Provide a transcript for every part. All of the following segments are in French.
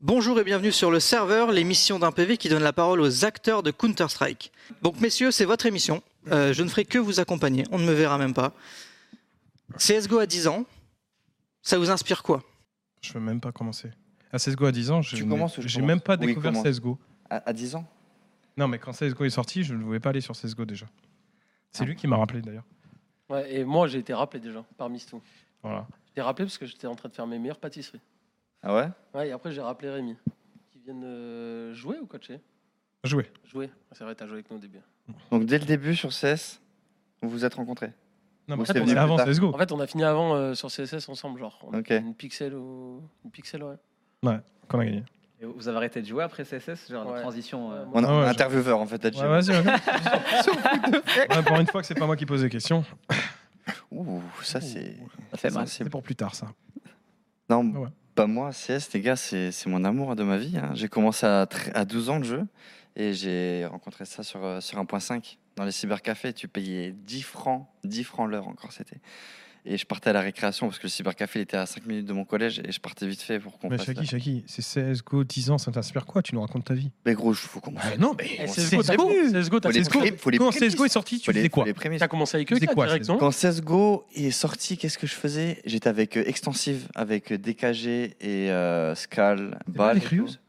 Bonjour et bienvenue sur le serveur, l'émission d'un PV qui donne la parole aux acteurs de Counter-Strike. Donc messieurs, c'est votre émission. Euh, je ne ferai que vous accompagner, on ne me verra même pas. CSGO à 10 ans, ça vous inspire quoi Je veux même pas commencer. À CSGO à 10 ans, je Tu n'ai- commences ou je j'ai commence même pas Oui, découvert commence. CSGO. À, à 10 ans Non, mais quand CSGO est sorti, je ne voulais pas aller sur CSGO déjà. C'est Ah. lui qui m'a rappelé d'ailleurs. Ouais, et moi, j'ai été rappelé déjà, par Mistou. Voilà. J'ai rappelé parce que j'étais en train de faire mes meilleures pâtisseries. Ah ouais Ouais, et après, j'ai rappelé Rémi, qui vient de jouer ou coacher Jouer. Jouer. C'est vrai, t'as joué avec nous au début. Donc dès le début sur CS, vous vous êtes rencontrés Non, Vous mais savez c'est plus avant tard. CSGO. En fait, on a fini avant euh, sur CSS ensemble, genre. On a Ok. fait une pixel ou. Une pixel, ouais. Qu'on a gagné. Et vous avez arrêté de jouer après CSS, genre Ouais. la transition. euh, Ouais, On a Ah ouais, un intervieweur en fait Ouais, là-dessus. vas-y, vas-y. Ouais, Pour une fois que c'est pas moi qui pose les questions, Oh, Ouh, ça c'est. Ça fait mal. c'est sensible. pour plus tard ça. Non, Ah ouais. pas moi, CS, les gars, c'est c'est mon amour de ma vie. hein. J'ai commencé à, tr- à 12 ans le jeu et j'ai rencontré ça sur, euh, sur 1.5 dans les cybercafés. Tu payais 10 francs, 10 francs l'heure encore, c'était. Et je partais à la récréation parce que le cybercafé il était à 5 minutes de mon collège et je partais vite fait pour qu'on Mais fasse. la- Shaki, Shaki, c'est CSGO 10 ans, ça t'inspire quoi Tu nous racontes ta vie Mais gros, faut qu'on. Faut Non, mais Eh, CSGO, t'as CSGO, t'as les CSGO. pré- faut les Quand prémices. CSGO est sorti, tu les- faisais faut quoi les prémices. T'as commencé avec Tu eux, faisais quoi, direct, non Quand CSGO est sorti, qu'est-ce que je faisais J'étais avec euh, Extensive, avec euh, DKG et euh, Scal, pas Bal. avec Ryuz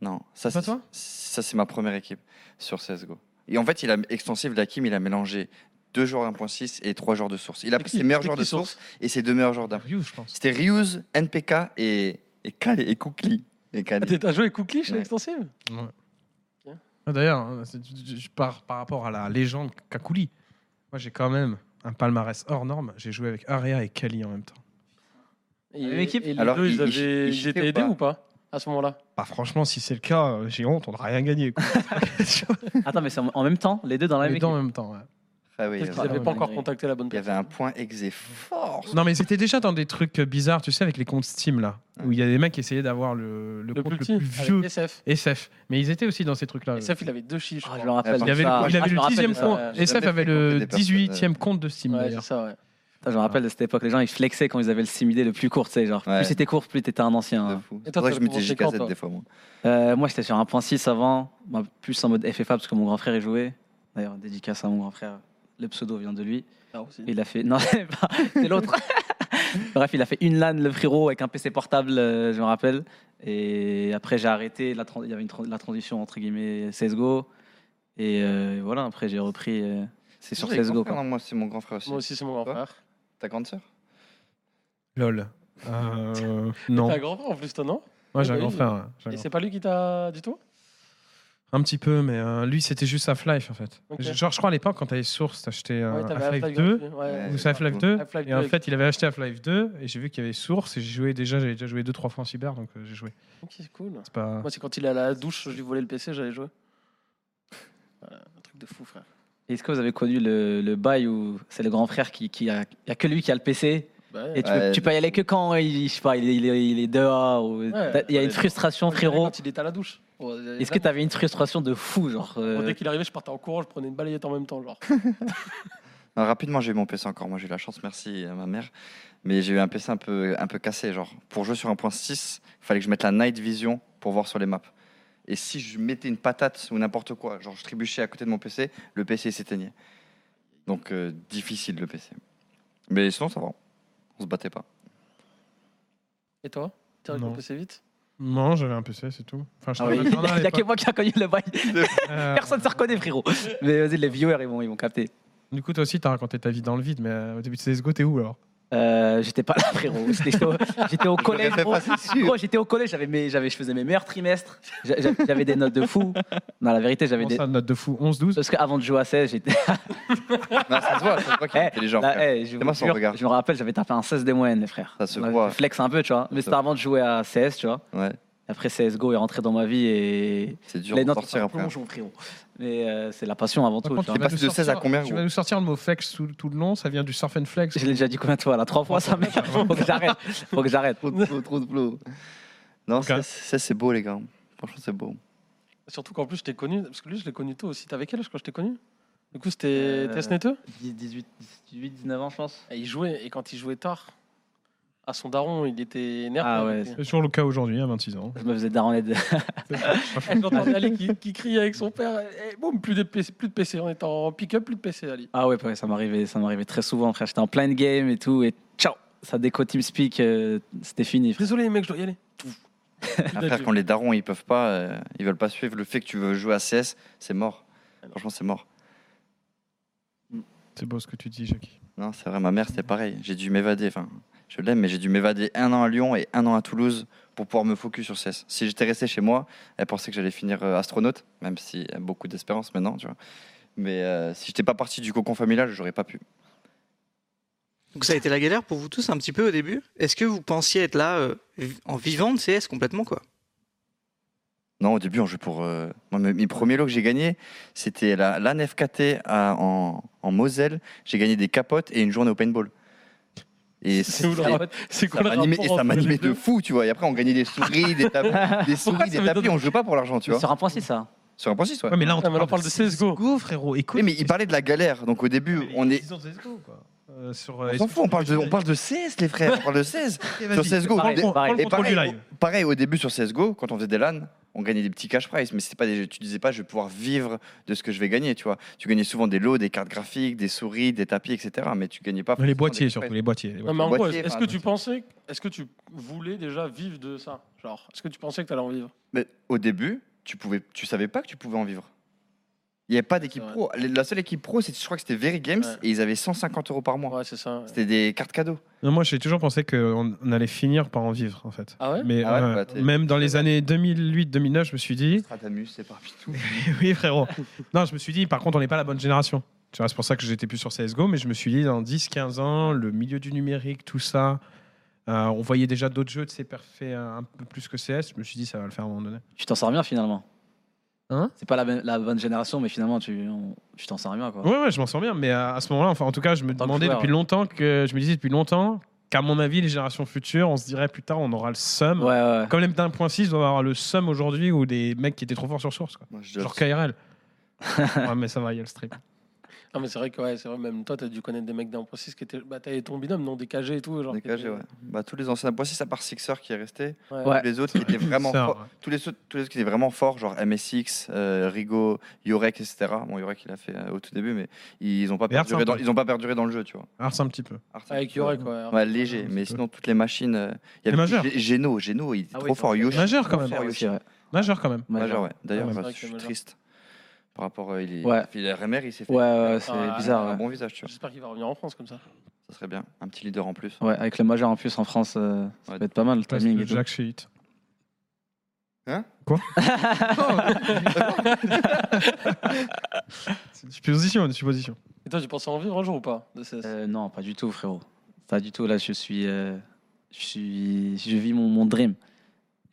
Non, ça Pas c'est toi ça c'est ma première équipe sur CSGO. Et en fait, il a Extensive, la Kim, il a mélangé deux joueurs 1.6 et trois joueurs de source. Il a C'est pris qui- ses meilleurs c'est joueurs qui de source source et ses deux meilleurs joueurs d'un. Ryuz, je pense. C'était Ryuz, NPK et et Cal et Kukli. Et Cal. T'as- T'as joué avec Cookie chez Ouais. Extensive Ah, D'ailleurs, hein, c'est- je- je- par, par rapport à la légende Kakuli, moi j'ai quand même un palmarès hors norme. J'ai joué avec Aria et Kali en même temps. Et- Même équipe. Et les Alors, deux, ils- ils, ils- avaient... ils ils shiftaient étaient ou aidés pas ou pas À ce moment-là Bah, franchement, si c'est le cas, euh, j'ai honte, on n'a rien gagné. quoi. Attends, mais c'est en en même temps, les deux dans la même Les deux en équipe. même temps. ouais. Ah oui, il y Peut-être qu'ils avait- n'avaient ouais, pas encore ouais. contacté la il bonne y personne. avait un point exé fort. Non, mais c'était déjà dans des trucs euh, bizarres, tu sais, avec les comptes Steam là, où il y a des mecs qui essayaient d'avoir le, le Le compte plus petit le plus vieux avec SF. SF. Mais ils étaient aussi dans ces trucs là. SF, il avait deux chiffres. Ah, je me rappelle. Il Il y avait, ça. le- il Ah, avait je me le rappelle 10e de ça. compte. ouais. SF avait J'avais fait le euh. compter des 18e compte de Steam Ouais, c'est d'ailleurs. ça, ouais. Putain, je me rappelle de cette époque, les gens ils flexaient quand ils avaient le similé le plus court, tu sais, genre Ouais. plus c'était court, plus t'étais un De ancien. hein. fou. Ah. Et C'est toi, vrai t'as que je mettais commencé quand, JKZ toi des fois moi. Euh, moi j'étais sur 1.6 avant, moi, plus en mode FFA parce que mon grand frère y jouait. D'ailleurs, dédicace à mon grand frère, le pseudo vient de lui. Là aussi. Il a fait. Non, c'est pas- c'est l'autre. Bref, il a fait une LAN, le frérot, avec un PC portable, euh, je me rappelle. Et après, j'ai arrêté. La tran- il y avait une tran- la transition entre guillemets CSGO. Et euh, voilà, après, j'ai repris. euh, c'est sur J'ai des grands CSGO. frères, hein. Quoi. non, Moi, c'est mon grand frère aussi. Moi aussi, c'est mon grand Toi frère. Ta grande sœur Lol. Euh, non, T'as un grand frère en plus, toi, non moi j'ai un grand Oui. frère. ouais. J'ai un Et grand c'est pas lui qui t'a du tout Un petit peu, mais euh, lui, c'était juste Half-Life, en fait. Ok. Je- Genre, je crois, à l'époque, quand t'avais Source, t'achetais euh, Ouais, t'avais Half-Life Half-Life 2 gratuit, ouais. ou Ouais. c'est Half-Life 2. Half-Life Et en 2. fait, il avait acheté Half-Life 2 et j'ai vu qu'il y avait Source et j'ai joué déjà, j'avais déjà joué 2-3 fois en cyber, donc euh, j'ai joué. Ok, c'est cool. C'est pas... Moi, c'est quand il est à la douche, je lui volais le PC, j'allais jouer. Voilà, un truc de fou, frère. Est-ce que vous avez connu le, le bail où c'est le grand frère qui, qui a, il y a que lui qui a le PC Bah, ouais. et tu, Ouais. peux, tu peux y aller que quand il, je sais pas, il, est- il est- il est dehors ou Ouais. il y a une frustration Moi, j'y allais frérot. Quand il est à la douche. Oh, j'allais Est-ce que vraiment- t'avais une frustration de fou genre euh, Moi, Dès qu'il arrivait, je partais en courant, je prenais une balayette en même temps, genre. Non, rapidement, j'ai eu mon PC encore. Moi, j'ai eu la chance, merci à ma mère. Mais j'ai eu un PC un peu, un peu cassé. Genre, pour jouer sur 1.6, il fallait que je mette la night vision pour voir sur les maps. Et si je mettais une patate ou n'importe quoi, genre je trébuchais à côté de mon PC, le PC s'éteignait. Donc, euh, difficile le PC. Mais sinon, ça va. On se battait pas. Et toi T'es arrivé Non. au PC vite Non, j'avais un PC, c'est tout. Enfin, je ah oui, travaillais Il pas à y a que l'époque. moi qui a connu le bail. Ah. Euh, Personne ne se reconnaît frérot. Mais vas-y les viewers ils vont, ils vont capter. Du coup, toi aussi, t'as raconté ta vie dans le vide, mais euh, au début de CSGO, t'es où alors Euh, j'étais pas là, frérot. J'étais au, j'étais au collège. fait gros. pas, c'est sûr. Gros, j'étais au collège. J'avais mes, j'avais, je faisais mes meilleurs trimestres. J'a- j'a- J'avais des notes de fou. Non, la vérité, j'avais Comment des. ça, note de fou 11-12 Parce qu'avant de jouer à 16, j'étais. Non, ça se voit, ça se voit qu'il est Eh, intelligent. là, frère. eh, je, C'est vous moi son jure, regard. je me rappelle, j'avais tapé un 16 des moyennes, les frères. Ça se Donc, voit. je flex un peu, tu vois. Mais se c'était voit. avant de jouer à CS, tu vois. Ouais, Après CSGO est rentré dans ma vie et. c'est dur de sortir sont après. plongeons, frérot. Mais euh, c'est la passion avant tout. Par contre, tu tu vois. vas passes nous de 16 à sortir- combien, Tu gros vas nous sortir le mot flex tout, tout le long, ça vient du surf and flex. Je l'ai déjà dit combien de fois là Trois fois ça, mec. Faut que j'arrête. Faut que j'arrête. Trop de flow, trop de flow. Non, Ok. ça, c'est c'est beau, les gars. Franchement, c'est beau. Surtout qu'en plus, je t'ai connu, parce que lui, je l'ai connu tôt aussi. T'avais quel âge quand je t'ai connu Du coup, c'était. Euh, T'es SNETeux 18, 19 ans, je pense. Et Il jouait, et quand il jouait tard. à son daron, il était énervé. Ah ouais, C'est toujours Euh, le cas aujourd'hui, à 26 ans. Je me faisais daronner de. J'entendais Ali qui, qui crie avec son père et boum, plus de PC, plus de PC. On est en pick-up, plus de PC, Ali. Ah ouais, ouais, ça m'arrivait, ça m'arrivait très souvent, frère. J'étais en plein game et tout, et ciao, ça déco TeamSpeak, euh, c'était fini. frère. Désolé, les mecs, je dois y aller. Après, quand les darons, ils peuvent pas, euh, ils veulent pas suivre le fait que tu veux jouer à CS, c'est mort. Franchement, c'est mort. C'est beau ce que tu dis, Jackie. Non, c'est vrai, ma mère, c'était pareil. J'ai dû m'évader. Enfin, je l'aime, mais j'ai dû m'évader un an à Lyon et un an à Toulouse pour pouvoir me focus sur CS. Si j'étais resté chez moi, elle pensait que j'allais finir euh, astronaute, même si elle a beaucoup d'espérance maintenant, tu vois. Mais euh, si j'étais pas parti du cocon familial, j'aurais pas pu. Donc ça a été la galère pour vous tous un petit peu au début. Est-ce que vous pensiez être là euh, vi- en vivant de CS complètement quoi Non, au début, on jouait pour. euh, Moi, mes, mes premiers lots que j'ai gagnés, c'était la, la NFKT à- en, en Moselle. J'ai gagné des capotes et une journée au paintball. Et C'est où le ça- rapport C'est ça quoi le m'animait- rapport et ça entre m'animait les de deux fou, tu vois. Et après, on gagnait des souris, des, tapis, des, Pourquoi souris, ça des me donne- tapis. On jouait pas pour l'argent, tu vois. Sur un point, c'est ça. Sur un point six, ouais. Ouais, mais là, on, te Ah, mais on parle de CSGO. CSGO, frérot. Écoute, Oui, mais il parlait de la galère. Donc au début, on est. Euh, sur, On s'en fout, on parle, de, on parle de CS, les frères. On parle de CS. sur CSGO. Pareil, Dé- pareil. Et pareil, du live. au- pareil, au début sur CSGO, quand on faisait des LAN, on gagnait des petits cash prize, mais c'était pas des, tu disais pas je vais pouvoir vivre de ce que je vais gagner, tu vois. Tu gagnais souvent des lots, des cartes graphiques, des souris, des tapis, etc. Mais tu gagnais pas. Les forcément boîtiers, des cash surtout, prize. les boîtiers. les Non, mais en Boîtier, gros, est-ce que pardon. tu pensais, est-ce que tu voulais déjà vivre de ça Genre, est-ce que tu pensais que t'allais en vivre Mais au début, tu pouvais, tu savais pas que tu pouvais en vivre. Il n'y avait pas d'équipe C'est pro. La seule équipe pro, c'est je crois que c'était Very Games Ouais. et ils avaient 150 euros par mois. Ouais, c'est ça. ouais. C'était des cartes cadeaux. Non, moi, j'ai toujours pensé qu'on on allait finir par en vivre, en fait. Ah ouais Mais Ah ouais, euh, bah, t'es- même dans les années 2008-2009, je me suis dit, Stratamus, c'est parmi tout. oui, frérot. Non, je me suis dit, par contre, on n'est pas la bonne génération. Tu vois, C'est pour ça que j'étais plus sur CSGO, mais je me suis dit, dans 10-15 ans, le milieu du numérique, tout ça, euh, on voyait déjà d'autres jeux de ces parfaits euh, un peu plus que CS. Je me suis dit, ça va le faire à un moment donné. Tu t'en sors bien finalement. Hein c'est pas la, bonne- la bonne génération, mais finalement, tu on- tu t'en sors bien, quoi. Ouais, ouais, je m'en sors bien, mais euh, à, à ce moment-là, enfin, en tout cas, je me tant que demandais joueur, depuis ouais. longtemps que je me disais depuis longtemps qu'à mon avis, les générations futures, on se dirait plus tard, on aura le seum. Ouais, ouais. Comme les 1.6 doivent avoir le seum aujourd'hui ou des mecs qui étaient trop forts sur source, quoi. Moi, je dois- genre KRL. ouais, mais ça va, il y a le strip. Non, mais c'est vrai que ouais, c'est vrai, même toi, t'as dû connaître des mecs d'un processus qui étaient. Bah, t'avais ton binôme, non Des KG et tout. Genre, qui Dégagé, étaient- ouais. Bah, tous les anciens boîtiers, à part Sixer qui est resté, Ouais. Ouais. tous les autres qui étaient vraiment Ça, forts. tous les, autres- tous les autres qui étaient vraiment forts, genre MSX, euh, Rigo, Yorek, etc. Bon, Yorek, il a fait euh, au tout début, mais ils n'ont pas, Mais Ars, perduré un dans- peu. ils ont pas perduré dans le jeu, tu vois. Arse Ah, un petit peu. Ars, un Avec petit peu. Yorek, ouais. Ouais, léger, Un mais petit peu. sinon, toutes les machines. euh, Il Les y majeurs. avait Gé- Geno, Geno, il était Ah oui, trop fort. c'est Yoshi, Majeur quand même. Majeur. aussi, ouais. Majeur quand même. majeur, ouais. D'ailleurs, Ouais, bah, c'est vrai je que suis majeur. triste par rapport. euh, il est, Ouais. il est RMR, il s'est fait. Ouais, ouais, c'est Ah, bizarre. un ouais. bon visage, tu vois. J'espère qu'il va revenir en France comme ça. Ça serait bien. Un petit leader en plus. Ouais, avec le majeur en plus en France, euh, ça Ouais. peut être pas mal le Parce timing. que et tout. Jacques Chéhit. Hein Quoi C'est une supposition, une supposition. Et toi, tu pensais en vivre un jour ou pas de CS Euh, non, pas du tout, frérot. Pas du tout. Là, je suis, euh, je suis, je vis mon, mon dream.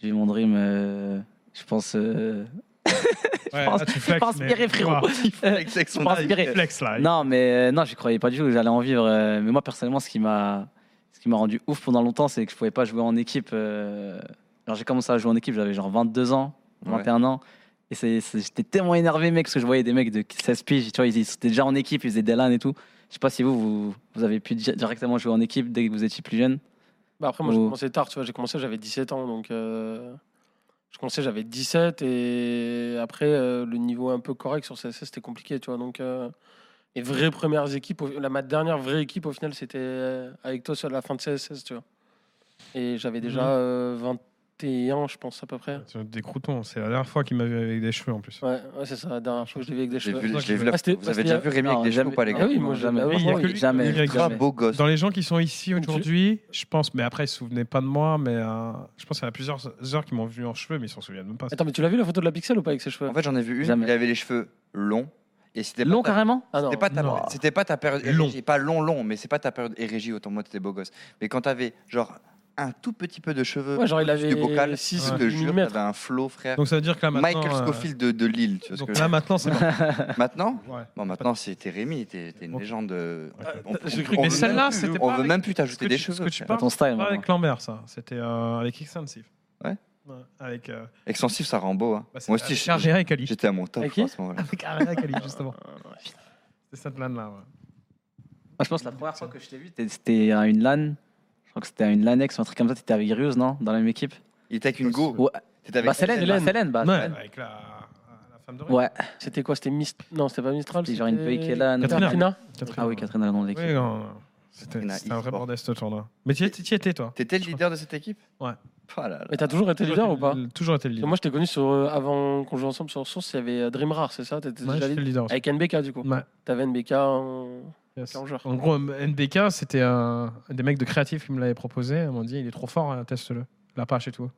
Je vis mon dream. euh, je pense. euh, Ouais, pense- là, tu il flexes, faut inspirer, mais- frérot. Euh, Ouah, Avec- avec son je pense âge. inspirer. tu flexes, là. Non, mais euh, non, j'y croyais pas du tout. J'allais en vivre. euh, mais moi, personnellement, ce qui m'a, ce qui m'a rendu ouf pendant longtemps, c'est que je pouvais pas jouer en équipe. euh, Alors, j'ai commencé à jouer en équipe. J'avais genre 22 ans, 21 ans. Et c'est, c'est- j'étais tellement énervé, mec, parce que je voyais des mecs de 16 piges. Tu vois, ils étaient déjà en équipe, ils faisaient des LAN et tout. Je sais pas si vous, vous, vous avez pu di- directement jouer en équipe dès que vous étiez plus jeune. Bah après, moi, j'ai Ou- commencé tard, tu vois. J'ai commencé, j'avais 17 ans. Donc, euh, je commençais, j'avais 17. Et après, euh, le niveau un peu correct sur CSS, c'était compliqué, tu vois. Donc, euh, les vraies premières équipes, au- la, ma dernière vraie équipe, au final, c'était euh, avec toi sur la fin de CSS, tu vois. Et j'avais déjà Mhm. euh, 21, je pense, à peu près. Des croutons, c'est la dernière fois qu'il m'a vu avec des cheveux en plus. Ouais, ouais, c'est ça, la dernière fois que je l'ai vu avec des J'ai cheveux. vu- Ouais, je l'ai vu ouais. là. Ah, c'était- Vous bah, avez c'était- déjà vu Rémi avec Non, des cheveux ou jamais- pas, les Ah gars oui, moi, Non, j'ai- jamais. ah oui, Oui, il y a moi, que oui. lui. Jamais. Il y a que Jamais. Grave beau gosse. Dans les gens qui sont ici Donc, tu- aujourd'hui, je pense, mais après, ils se souvenaient pas de moi, mais euh, je pense qu'il y en a plusieurs heures qui m'ont vu en cheveux, mais ils s'en souviennent même pas. Attends, mais tu l'as vu la photo de la Pixel ou pas avec ses cheveux En fait, j'en ai vu une. Jamais. Il avait les cheveux longs. Et c'était pas Long ta- carrément Ah non. C'était pas, ta- Non. c'était pas ta période Long. érégie, pas long, long, mais c'est pas ta période érégie, autant moi t'étais beau gosse. Mais quand t'avais genre un tout petit peu de cheveux, Ouais, genre il au-dessus avait du bocal, 6 je ou te 8 jure, mm. t'avais un flow, frère. Donc ça veut dire que là maintenant. Michael euh, Scofield de, de Lille, tu vois ce donc que je là maintenant, c'est. mort. veux dire. Maintenant Ouais. Bon, maintenant c'était Rémi, t'es t'es une Ok. légende. euh, on- j'ai on- cru que- on Mais veut celle-là, même- c'était pas On veut avec- même plus Ce que t'ajouter tu- des ce cheveux. que tu frère. Pas parles, ton style. Pas maintenant. avec Lambert, ça. C'était euh, avec Extensive. Ouais. Avec. euh, Extensif, ça rend beau. hein. bah, c'était Moi aussi, avec Chargé avec Ali. j'étais à mon top Avec frère, à qui ce moment-là. Avec Ariana Kali, justement. C'est cette lane-là. ouais. Moi, je pense que la première fois que je t'ai vu, t'es- c'était à une LAN. Je Donc c'était à une Lanex ou un truc comme ça. T'étais avec Rius, non Dans la même équipe Il était avec une go. Ouais. T'étais avec Bah, Célène, Célène. bah, Célène, bah, Ouais, Célène. avec la, la femme de Rennes. Ouais, C'était quoi C'était Mist... Non, c'était pas Mistral. C'était genre une c'était- Peukela, non. Katrina. Catherine. Ah oui, Catherine a le nom de l'équipe. Oui, non, non. C'était Catherine a c'était un vrai e-sport. bordel ce tour-là. Mais tu y étais, tu y étais, toi T'étais le leader de cette équipe Ouais. Oh là là. Mais t'as toujours été leader ou pas Toujours été- Euh, Toujours été le Parce que leader. Moi, je t'ai connu sur, euh, avant qu'on joue ensemble sur Source, il y avait euh, Dream Rare, c'est ça T'étais Ouais, j'étais déjà le leader leader. aussi. Avec NBK, du coup. Ouais, T'avais NBK en... yes. en joueur. En gros, M- NBK, c'était un un des mecs de créatif qui me l'avait proposé. Ils m'ont dit, il est trop fort, hein, teste-le. L'Apache et tout.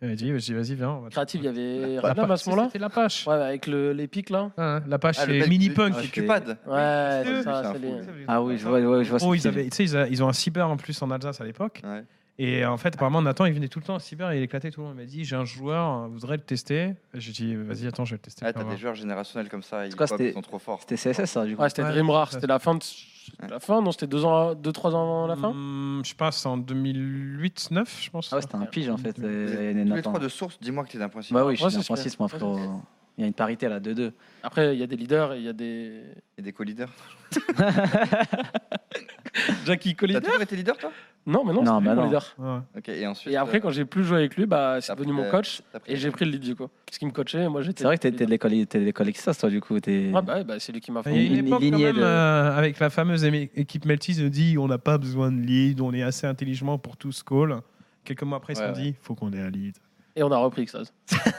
Et il m'a dit, vas-y, vas-y, viens. on va te- Créatif, il y avait L'Apache, Radnam à ce moment-là C'était l'Apache. Ouais, avec le, les pics, là. Ah, hein, L'Apache, Ah, le c'est mec mini du- punk. ah, Ouais, Cupad. Ouais, c'est c'est ça, un c'est fou. les... Ah oui, je vois, ouais, je vois Oh, ce ils, style. avaient, tu sais, ils, a- ils ont un cyber en plus en Alsace à l'époque. Ouais. Et en fait, apparemment, Nathan, il venait tout le temps au cyber et il éclatait tout le monde. Il m'a dit J'ai un joueur, euh, vous voudrez le tester J'ai dit Vas-y, attends, je vais le tester. Ah, pour t'as des voir. joueurs générationnels comme ça, ils, quoi, pop, c'était- ils sont trop forts. C'était CSS, ça, du coup. Ouais, c'était Ouais, Dream Rare, ça. c'était la fin de... c'était la fin, non C'était deux, ans... deux, trois ans avant la fin Hmm, Je passe en 2008-9, je pense. Ah ouais, c'était un pige, en fait. Vous Vous êtes euh, Yann et tous les Nathan. trois de source, dis-moi que t'es d'un point Bah oui, je Ouais, suis c'est un Francis, moi, super. frérot. Il y a une parité, là, 2-2. Après, il y a des leaders et il y a des... Et des co-leaders. Jackie T'as Collier toujours été leader, toi Non, mais non, Non, c'était bah lui, mon non. leader. Ouais. Ok, et ensuite. Et après, quand j'ai plus joué avec lui, bah, c'est T'as devenu pris mon le- coach. euh, t'as pris- Et j'ai pris le lead, du coup. Parce qu'il me coachait, et moi, j'étais... C'est vrai que t'es t'es de leader. l'école t'es de l'école Xas, toi, du coup. t'es- Ah bah, ouais, bah, c'est lui qui m'a Il y a formé. Une- une, une époque quand lignée même de- euh, avec la fameuse émi- équipe Meltis, on dit on n'a pas besoin de lead, on est assez intelligent pour tout ce call. Quelques mois après, ils se Ouais, sont dit faut qu'on ait un lead. Et on a repris ça.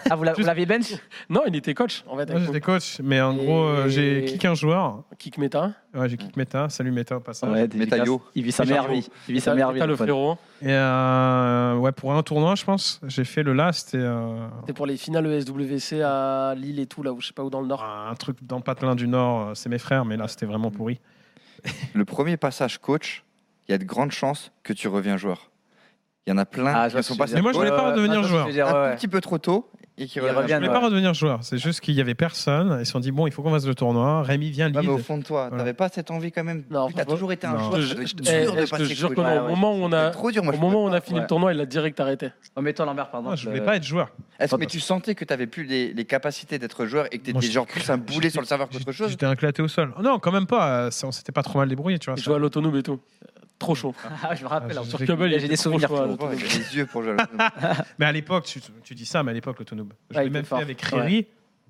Ah, vous l'a- vous l'aviez bench Non, il était coach, en fait. Moi, avec j'étais coach, mais en Et- gros, euh, j'ai kick un joueur. mon Kick Meta. Ouais, j'ai kick Meta. Salut Meta au passage. Ouais, dédicace. Métaillot. Il vit sa Métaillot. meilleure vie. Il vit sa T'as- meilleure vie. t'as mon le pote. frérot. Et euh, ouais, pour un tournoi, je pense, j'ai fait le last et euh, C'était pour les finales E ESWC à Lille et tout, là où je sais pas où dans le nord. un truc dans le Patelin du Nord. euh, C'est mes frères, mais là, c'était vraiment pourri. Le premier passage coach, il y a de grandes chances que tu reviens joueur. Il y en a plein Ah, je qui vois ne ce que sont tu pas veux dire. Mais moi, je voulais pas Ouais, ouais, redevenir ouais, je vois ce joueur. que tu veux un dire, Ah, ouais, tout petit peu trop tôt et qui Ils reviennent. Je reviennent, voulais ouais. pas redevenir joueur. C'est juste qu'il y avait personne. Ils se sont dit bon, il faut qu'on fasse le tournoi. Rémi vient Ouais, mais au lead. fond de toi, Voilà. t'avais pas cette envie quand même. Non, Vu que t'as franchement, toujours été un non. joueur. Je- ça doit être Eh, dur de eh, je te passer jure coach. que non, Ouais, au ouais, moment où on C'est a, trop dur, moi. au je moment peux où on a pas. fini le Ouais. tournoi, il a direct arrêté. Oh, mets-toi à l'envers, pardon. Non, Ah, je le- voulais pas être joueur. Est-ce que tu sentais que t'avais plus les, les capacités d'être joueur et que t'étais Moi, je- genre plus un boulet sur le serveur J'étais- qu'autre chose J'étais éclaté au sol. Oh non, quand même pas. euh, ça- On s'était pas trop mal débrouillé, tu vois. Il ça. jouait à l'autonome et tout. Euh, Trop chaud. Ah, je me rappelle. Ah, je- en plus. Sur j'ai- Cubble, il j'ai était des trop souvenirs, chaud à frérot. Ouais, l'autonome. j'ai les yeux pour jouer. Mais à l'époque, tu, tu dis ça, mais à l'époque, l'autonome. Je Ah, Ouais, l'ai il même était fait fort. avec Rémi.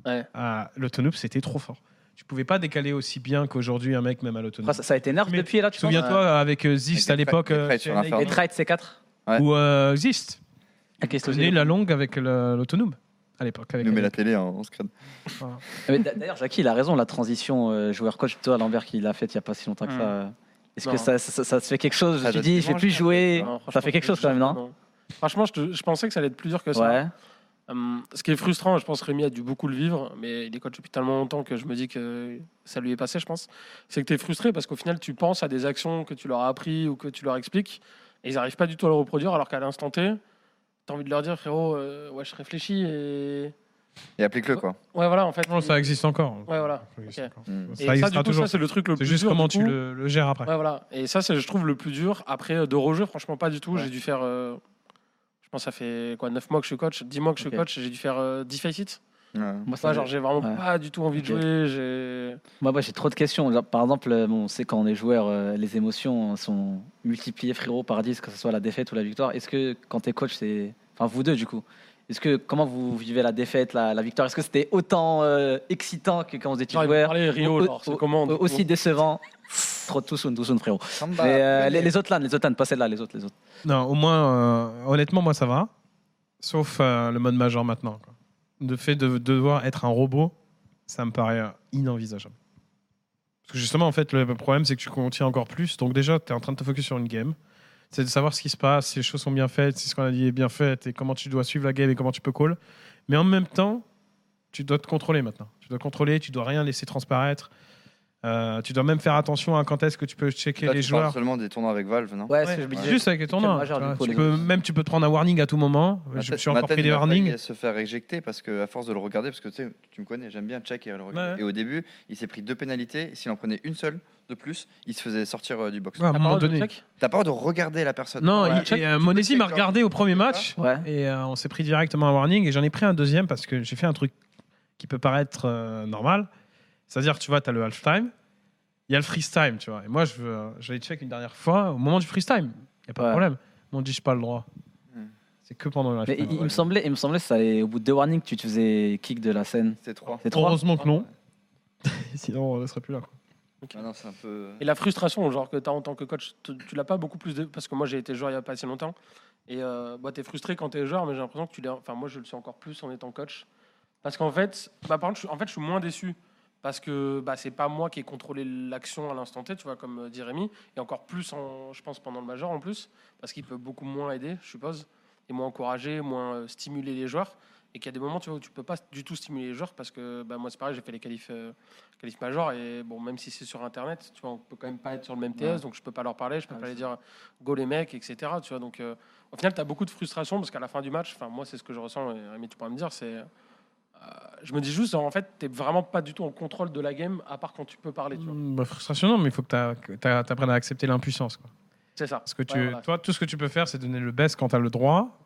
Ouais. Euh, l'autonome, c'était trop fort. Tu pouvais pas décaler aussi bien qu'aujourd'hui un mec, même à l'autonome. Après, Ça ça a été nerf Mais depuis, là, tu Ah, penses Souviens-toi avec euh, Zist Avec à les l'époque. frais- les euh, frais sur chez Nike, l'infernal. Les trades, c'est 4 Ouais. Ou euh, Zist. Tenait la D'ailleurs, longue avec le- l'autonome à l'époque. avec Nous met Rémi. la télé hein, en, en screen. Ah, Jackie, il a raison, la transition euh, joueur-coach, toi, Lambert, qu'il a faite il y a pas si longtemps que Hmm. ça. euh, Est-ce Non. que ça, ça, ça- ça te fait quelque chose Ça Tu doit dis, te je vais déranger, plus ça. jouer. hein. Non, Ça fait quelque chose, quand même, non Franchement, je, te- je pensais que ça allait être plus dur que ça. Ouais. Hum, ce qui est frustrant, je pense que Rémi a dû beaucoup le vivre, mais il est coach depuis tellement longtemps que je me dis que ça lui est passé, je pense. C'est que tu es frustré parce qu'au final, tu penses à des actions que tu leur as appris ou que tu leur expliques et ils n'arrivent pas du tout à le reproduire alors qu'à l'instant T, tu as envie de leur dire frérot, euh, ouais, je réfléchis et. Et applique-le quoi. Ouais, voilà, en fait. Non, ça existe encore. Ouais, voilà. Ça existe Ok. encore. Mm. Et Ça ça, existera du coup, toujours. ça, c'est le truc le C'est plus juste dur, comment du tu coup. le, le gères après. Ouais, voilà. Et ça, c'est, je trouve, le plus dur. Après, euh, de rejeu, franchement, pas du tout. Ouais. J'ai dû faire. euh, je pense, que ça fait quoi 9 mois que je suis coach 10 mois que je suis Ok. coach. J'ai dû faire euh, 10 face hits. Ouais. Moi, Ça, ça, genre, j'ai vraiment Ouais. pas du tout envie Ok. de jouer. J'ai. Moi, moi, j'ai trop de questions. Genre, par exemple, euh, bon, on sait quand on est joueur, euh, les émotions sont multipliées frérot par 10, que ce soit la défaite ou la victoire. Est-ce que quand t'es coach, c'est. Enfin, vous deux, du coup. Est-ce que comment vous vivez la défaite, la, la victoire Est-ce que c'était autant euh, excitant que quand vous étiez Genre, il joueur parlait Rio, au- genre, c'est au- comment Au- Aussi décevant Trop tout soon, tout soon, frérot. Bah, Samba, Mais, euh, venez. les, les autres LAN, les autres LAN, pas celle-là, les autres, les autres. Non, au moins, euh, honnêtement, moi, ça va. Sauf euh, le mode major maintenant. quoi. Le fait de devoir être un robot, ça me paraît euh, inenvisageable. Parce que justement, en fait, le problème, c'est que tu contiens encore plus. Donc, déjà, tu es en train de te focus sur une game. C'est de savoir ce qui se passe, si les choses sont bien faites, si ce qu'on a dit est bien fait, et comment tu dois suivre la game et comment tu peux call. Mais en même temps, tu dois te contrôler maintenant. Tu dois contrôler, tu dois rien laisser transparaître. Euh, tu dois même faire attention à quand est-ce que tu peux checker Là, les tu parles joueurs. seulement des tournois avec Valve, non Ouais, Ouais, c'est ce que je me disais. juste avec les tournois. majeur, tu du vois. coup, Tu les peux- autres. même tu peux te prendre un warning à tout moment. Ma je me tête- suis ma encore tête, pris des il a failli warnings. se faire éjecter parce que à force de le regarder, parce que tu sais, tu me connais, j'aime bien check et le regarder. Ouais. Et au début, il s'est pris deux pénalités. et S'il en prenait une seule de plus, il se faisait sortir euh, du box. Ouais, à un La moment parole de donné. Tchèque T'as peur de regarder la personne. Non, Ouais. il- Check, et, euh, tu peux Monesi m'a check, regardé au premier match Ouais. et euh, on s'est pris directement un warning et j'en ai pris un deuxième parce que j'ai fait un truc qui peut paraître euh, normal. C'est-à-dire, tu vois, tu as le half-time, euh, il y a le freeze-time, tu vois. Et moi, je veux- j'allais check une dernière fois au moment du freeze-time. Il n'y a pas Ouais. de problème. m'ont dit, je pas le droit. Hmm. C'est que pendant la Mais finale. il, il me semblait, il me semblait, ça, et au bout de deux warnings, tu te faisais kick de la scène. C'est 3. C'est trois. Heureusement que non. Sinon, on ne serait plus là. quoi. non, c'est un peu. euh, Et la frustration, genre que tu as en tant que coach, tu, tu l'as pas beaucoup plus de... Parce que moi, j'ai été joueur il y a pas si longtemps. Et euh, bah, tu es frustré quand tu es joueur, mais j'ai l'impression que tu l'es. Enfin, moi, je le suis encore plus en étant coach. Parce qu'en fait, bah, par contre, je, suis- en fait, je suis moins déçu. Parce que bah, c'est pas moi qui ai contrôlé l'action à l'instant T, tu vois, comme euh, dit Rémi. Et encore plus, en, je pense, pendant le major en plus. Parce qu'il peut beaucoup moins aider, je suppose. Et moins encourager, moins euh, stimuler les joueurs. Et qu'il y a des moments tu vois, où tu peux pas du tout stimuler les joueurs. Parce que bah, moi, c'est pareil, j'ai fait les qualifs. euh, qualif major et bon même si c'est sur internet tu vois on peut quand même pas être sur le même TS Ouais. donc je peux pas leur parler je peux Ah, pas c'est les dire go les mecs etc tu vois donc euh, au final tu as beaucoup de frustration parce qu'à la fin du match enfin moi c'est ce que je ressens et Rémi tu pourras me dire c'est euh, je me dis juste en fait t'es vraiment pas du tout en contrôle de la game à part quand tu peux parler tu Mm. vois Hmm, bah, frustration, non, mais il faut que tu apprennes à accepter l'impuissance. quoi. c'est ça Parce que tu, Ouais, voilà. toi, tout ce que tu peux faire, c'est donner le best quand tu as le droit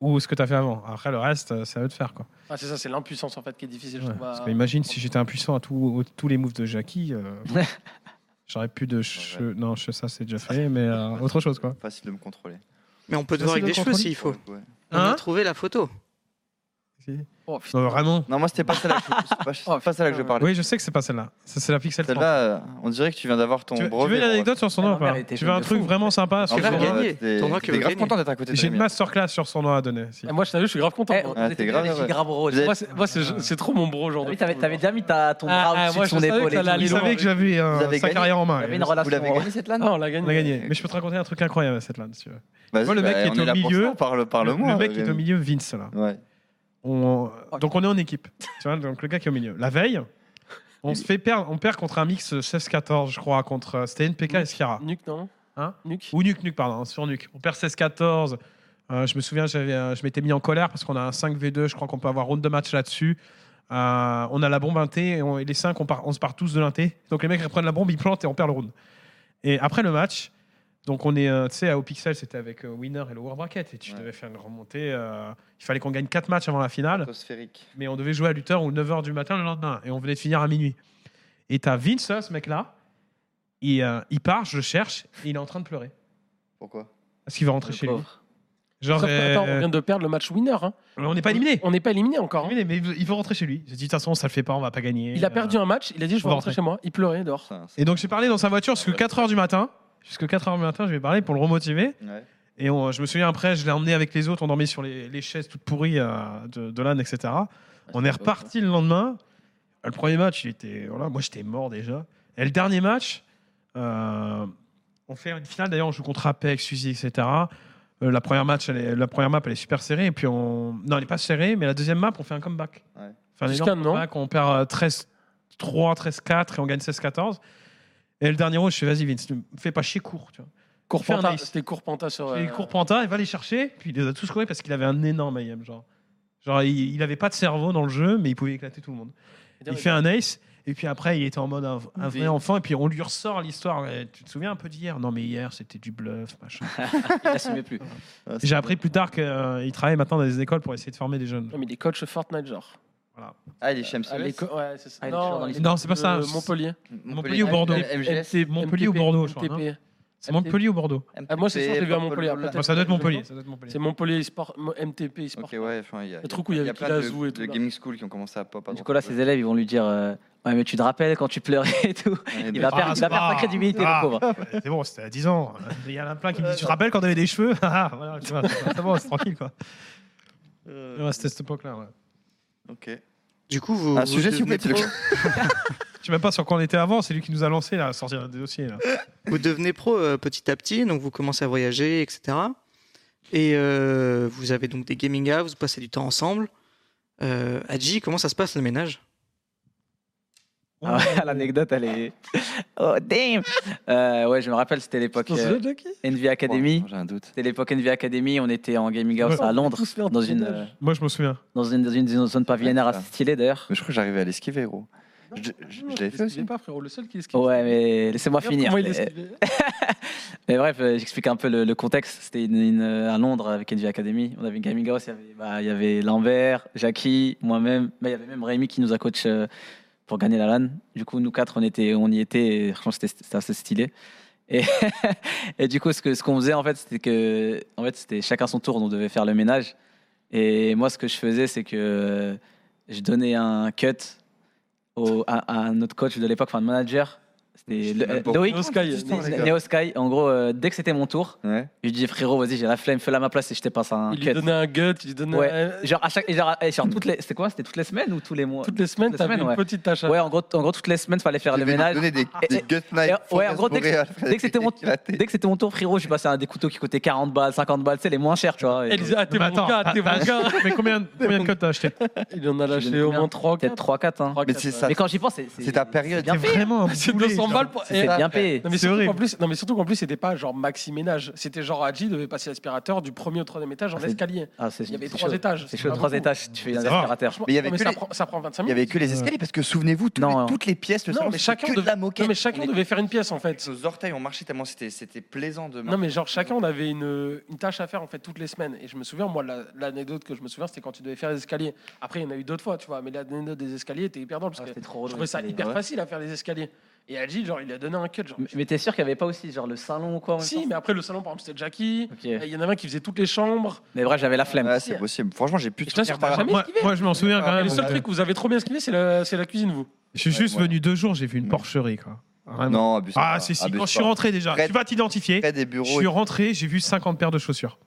ou ce que tu as fait avant. Après, le reste, euh, c'est à eux de faire. Quoi. Ah, c'est ça c'est l'impuissance en fait qui est difficile je Ouais. trouve, à- Parce que imagine si j'étais impuissant à tous- tous les moves de Jackie. euh, J'aurais plus de. che- Non, che- ça, c'est déjà fait, mais euh, autre chose, quoi. Facile de me contrôler. Mais on peut te Ça, voir c'est avec des notre cheveux contrôle. s'il faut. Ouais. on a Hein trouvé la photo. Si. Oh, putain. Non, vraiment. Non, moi, c'était pas celle-là que je, c'est pas- c'est pas celle-là que je parlais. Oui, je sais que c'est pas celle-là. Ça, c'est la Pixel 30. Celle-là, euh, on dirait que tu viens d'avoir ton Tu veux, tu veux brevet. une anecdote sur son Ah, nom ma ou pas mère était Tu veux un fan de truc fou. vraiment sympa sur vrai, son gagner. nom gagné. Ton nom que T'es vous grave gagnez. content d'être à côté de J'ai une Rémi. masterclass sur son nom à donner. si. Ah, moi je t'avoue je suis grave content Eh, moi. on t'es était grave, des ouais. gras bourreaux. Vous êtes- moi c'est- moi, c'est Ah. c'est trop mon bro genre Ah T'avais de fou, t'avais genre. déjà mis ta- ton Ah, ah, bras moi, au-dessus je de son savais que épaule. ça et allait tout. aller Il loin. savait que j'avais Vous un avez sac gagné. arrière en Il y main. avait et une On relation. Vous l'avez gagné cette LAN Ah, on l'a gagné l'a gagné. Mais je peux te raconter un truc incroyable à cette LAN, si tu veux. Vas-y, Moi, le mec bah, qui est on au là pour milieu, ça, Parle, parle Le, moi. le mec qui est au Rémi. milieu, Vince, là. Ouais. On- donc on est en équipe. tu vois, donc le gars qui est au milieu. La veille, on se fait perdre, on perd contre un mix 16-14, je crois, contre euh, c'était NPK et Skira. Nuke non Hein Nuke Ou Nuke Nuke, pardon, hein, sur Nuke. On perd 16-14. Euh, je me souviens, j'avais, euh, je m'étais mis en colère parce qu'on a un 5v2, je crois qu'on peut avoir round de match là-dessus. Euh, on a la bombe inté et, on- et les 5, on, part- on se part tous de l'inté. Donc les mecs reprennent la bombe, ils plantent et on perd le round. Et après le match, donc on est, euh, tu sais, à Opixel, c'était avec euh, Winner et le War Bracket. Et tu Ouais. devais faire une remontée. euh, il fallait qu'on gagne 4 matchs avant la finale Sphérique. mais on devait jouer à 8h ou 9h du matin le lendemain. Et on venait de finir à minuit. Et t'as Vince, là, ce mec-là, il, euh, il part, je le cherche, et il est en train de pleurer. Pourquoi Parce qu'il va Le rentrer chez lui. pauvre. Genre, Sauf que, attends, on euh, vient de perdre le match winner hein. on n'est pas éliminé. On n'est pas éliminé encore. hein. Mais il veut- il veut rentrer chez lui. J'ai dit, de toute façon, ça le fait pas, on va pas gagner. Il a perdu Euh, un match, il a dit je on vais va rentrer rentrer. chez moi. Il pleurait dehors. Ça, ça- Et donc, j'ai parlé dans sa voiture jusqu'à 4h du matin. Jusqu'à 4h du matin, je lui ai parlé pour le remotiver. Ouais. Et on- je me souviens après, je l'ai emmené avec les autres, on dormait sur les, les chaises toutes pourries euh, de, de l'âne, etc. Ah, On est reparti le lendemain. Le premier match, il était, voilà, moi j'étais mort déjà. Et le dernier match, euh, on fait une finale d'ailleurs, on joue contre Apex, Suzy, etc. Euh, la, première match, elle est- la première map, elle est super serrée. Et puis on... Non, elle n'est pas serrée, mais la deuxième map, on fait un comeback. Ouais. On fait un Jusqu'à énorme non. comeback, on perd euh, 13-3, 13-4 et on gagne 16-14. Et le dernier round, je fais, vas-y Vince, ne me fais pas chier court. Tu vois. Fait un Courpenta, nice. c'était Courpenta sur. Et euh, Courpenta, il va les chercher, puis il les a tous courus parce qu'il avait un énorme IM. Genre, genre il, il avait pas de cerveau dans le jeu, mais il pouvait éclater tout le monde. Il fait un ace, et puis après, il était en mode un, un vrai Oui. enfant, et puis on lui ressort l'histoire. Eh, Tu te souviens un peu d'hier Non, mais hier, c'était du bluff, machin. Il n'assumait plus. Ah, c'est- J'ai appris plus tard qu'il travaille maintenant dans des écoles pour essayer de former des jeunes. Non, mais il est coach Fortnite, genre. Ah, il est chez Ah, les MCS. co- ouais, c'est ça. Ah, il est toujours non, dans les- Non, c'est pas ça. euh, Montpellier. Montpellier ou Bordeaux MGS. C'est Montpellier ou MTP, Bordeaux, je crois. non MTP. C'est Montpellier ou Bordeaux Ah, moi, c'est sûr, j'ai vu à Montpellier. Purple Après, Bon, Ça doit être Ah, Montpellier. ça doit être C'est Montpellier. Montpellier Sport, Mo- MTP e-sport. Ok, ouais, enfin, il y a. Le truc où il y avait plein de, Kilazou et tout, de là. gaming school qui ont commencé à pop. à Du droite, coup, là, à ses élèves, ils vont lui dire euh, Ouais, mais tu te rappelles quand tu pleurais et tout. gauche. Ouais, Il mais- va perdre Ah, il va ça perdre sa va. crédibilité, Ah. le pauvre. C'est bon, c'était à 10 ans. Il y en a plein qui me disent Tu te rappelles quand on avait des cheveux Ah, voilà, tu vois, C'est bon, c'est tranquille, quoi. Euh. Ouais, c'était cette époque-là. ouais. Ok. Du coup, vous. Un vous sujet, s'il vous devenez plaît, pro- Je sais même pas sur quoi on était avant, c'est lui qui nous a lancé là, à sortir des dossiers. Là. Vous devenez pro euh, petit à petit, donc vous commencez à voyager, etc. Et euh, vous avez donc des gaming houses, vous passez du temps ensemble. Euh, Adji, comment ça se passe le ménage Ah ouais, L'anecdote, elle est. Oh, damn Euh, Ouais, je me rappelle, c'était l'époque euh, NV Academy. J'ai un doute. C'était l'époque NV Academy, on était en gaming house Ouais. à Londres, dans une, euh, Moi je me souviens. dans une, dans une, dans une zone pavillonnaire Ouais, ça. assez stylée d'ailleurs. Mais je crois que j'arrivais à l'esquiver, gros. Je, je- je l'avais fait aussi. pas, frérot. Le seul qui esquive. Ouais, mais laissez-moi finir. Comment il Mais- esquivait Mais bref, euh, j'explique un peu le, le contexte. C'était une, une, euh, à Londres avec NV Academy. On avait une gaming house. Il y avait, bah, il y avait Lambert, Jackie, moi-même. Bah, il y avait même Rémi qui nous a coach euh, pour gagner la LAN. Du coup, nous quatre, on, était, on y était. Et franchement, c'était c'était assez stylé. Et, et du coup, ce que ce qu'on faisait en fait, c'était que en fait, c'était chacun son tour, on devait faire le ménage. Et moi, ce que je faisais, c'est que je donnais un cut au, à, à notre coach de l'époque, enfin, le manager. C'était Je sais même le- euh, pas Loïc Au Sky, Putain, les gars. Neo Sky. En gros, euh, dès que c'était mon tour, Ouais. je lui dis frérot, vas-y, j'ai la flemme, fais-la à ma place et je te passe un Il lui cut. donnait un gut, il lui donnait. Ouais. euh, Genre à chaque, et genre, et genre toutes les, c'était quoi C'était toutes les semaines ou tous les mois toutes les semaines, Toutes les t'avais semaines, une ouais. petite tâche à Ouais, en gros, en gros, toutes les semaines, fallait faire le ménage. Donner des, Et- des gut knife. ouais, en gros, dès que- Forest Boreal, dès que c'était mon- éclaté. Dès que c'était mon tour, frérot, je passais à des couteaux qui coûtaient 40 balles, 50 balles, tu sais, les moins chers, tu vois. Et- Elle disait, ah, t'es Mais mon attends, gars, t'es t'as- mon gars. Mais combien, combien de codes t'as acheté Il en a lâché donné au combien moins 3 Peut-être 3-4. Hein. Mais c'est ça. Mais quand j'y pense, c'est C'est ta période. bien C'est payé. vraiment un C'est boulet, 200 genre. balles pour. C'est Eh, bien payé. Non mais, C'est surtout horrible. qu'en plus, non mais surtout qu'en plus c'était pas genre maxi ménage, c'était genre Adji devait passer l'aspirateur du premier au troisième étage en Ah, c'est- escalier. Ah, c'est- Il y avait c'est trois chaud. étages. Ah C'est chaud, pas 3 beaucoup. étages, tu fais un C'est rare. aspirateur. Mais il y avait Non, mais que ça, les- prend, ça prend 25 Il y minutes. avait que les escaliers parce que souvenez-vous, tous les- Non, hein. toutes les pièces, le Non, salon, mais c'était chacun que de devait- la moquette. Non mais chacun On devait faire une pièce en fait. Nos orteils ont marché tellement c'était c'était plaisant de Non mais genre chacun on avait une, une tâche à faire en fait toutes les semaines et je me souviens moi la- l'anecdote que je me souviens c'était quand tu devais faire les escaliers. Après il y en a eu d'autres fois tu vois mais l'anecdote des escaliers était hyper drôle parce que Ah, C'était trop je trouvais ça hyper facile à faire les escaliers. Et Adji genre il a donné un cut genre. Mais t'es sûr qu'il n'y avait pas aussi genre le salon ou quoi en même Si mais après le salon par exemple c'était Jackie. temps Et Ok. Il y en avait un qui faisait toutes les chambres. Mais bref, j'avais la flemme. Ouais, c'est possible. Franchement, j'ai plus de Je t'assure, souvenirs t'as par- jamais Moi, esquivé. moi, je m'en souviens quand Ah, Et même. le bon, seul euh, truc que vous avez trop bien esquivé c'est la, c'est la cuisine vous. Je suis juste Ouais. venu deux jours, j'ai vu Mm. une Ouais. porcherie. Quoi. Vraiment. Non, abuse Ah, pas, c'est si, abuse quand je suis pas. rentré déjà, Près- tu vas t'identifier. Près des Je bureaux. suis rentré, j'ai vu 50 paires de chaussures.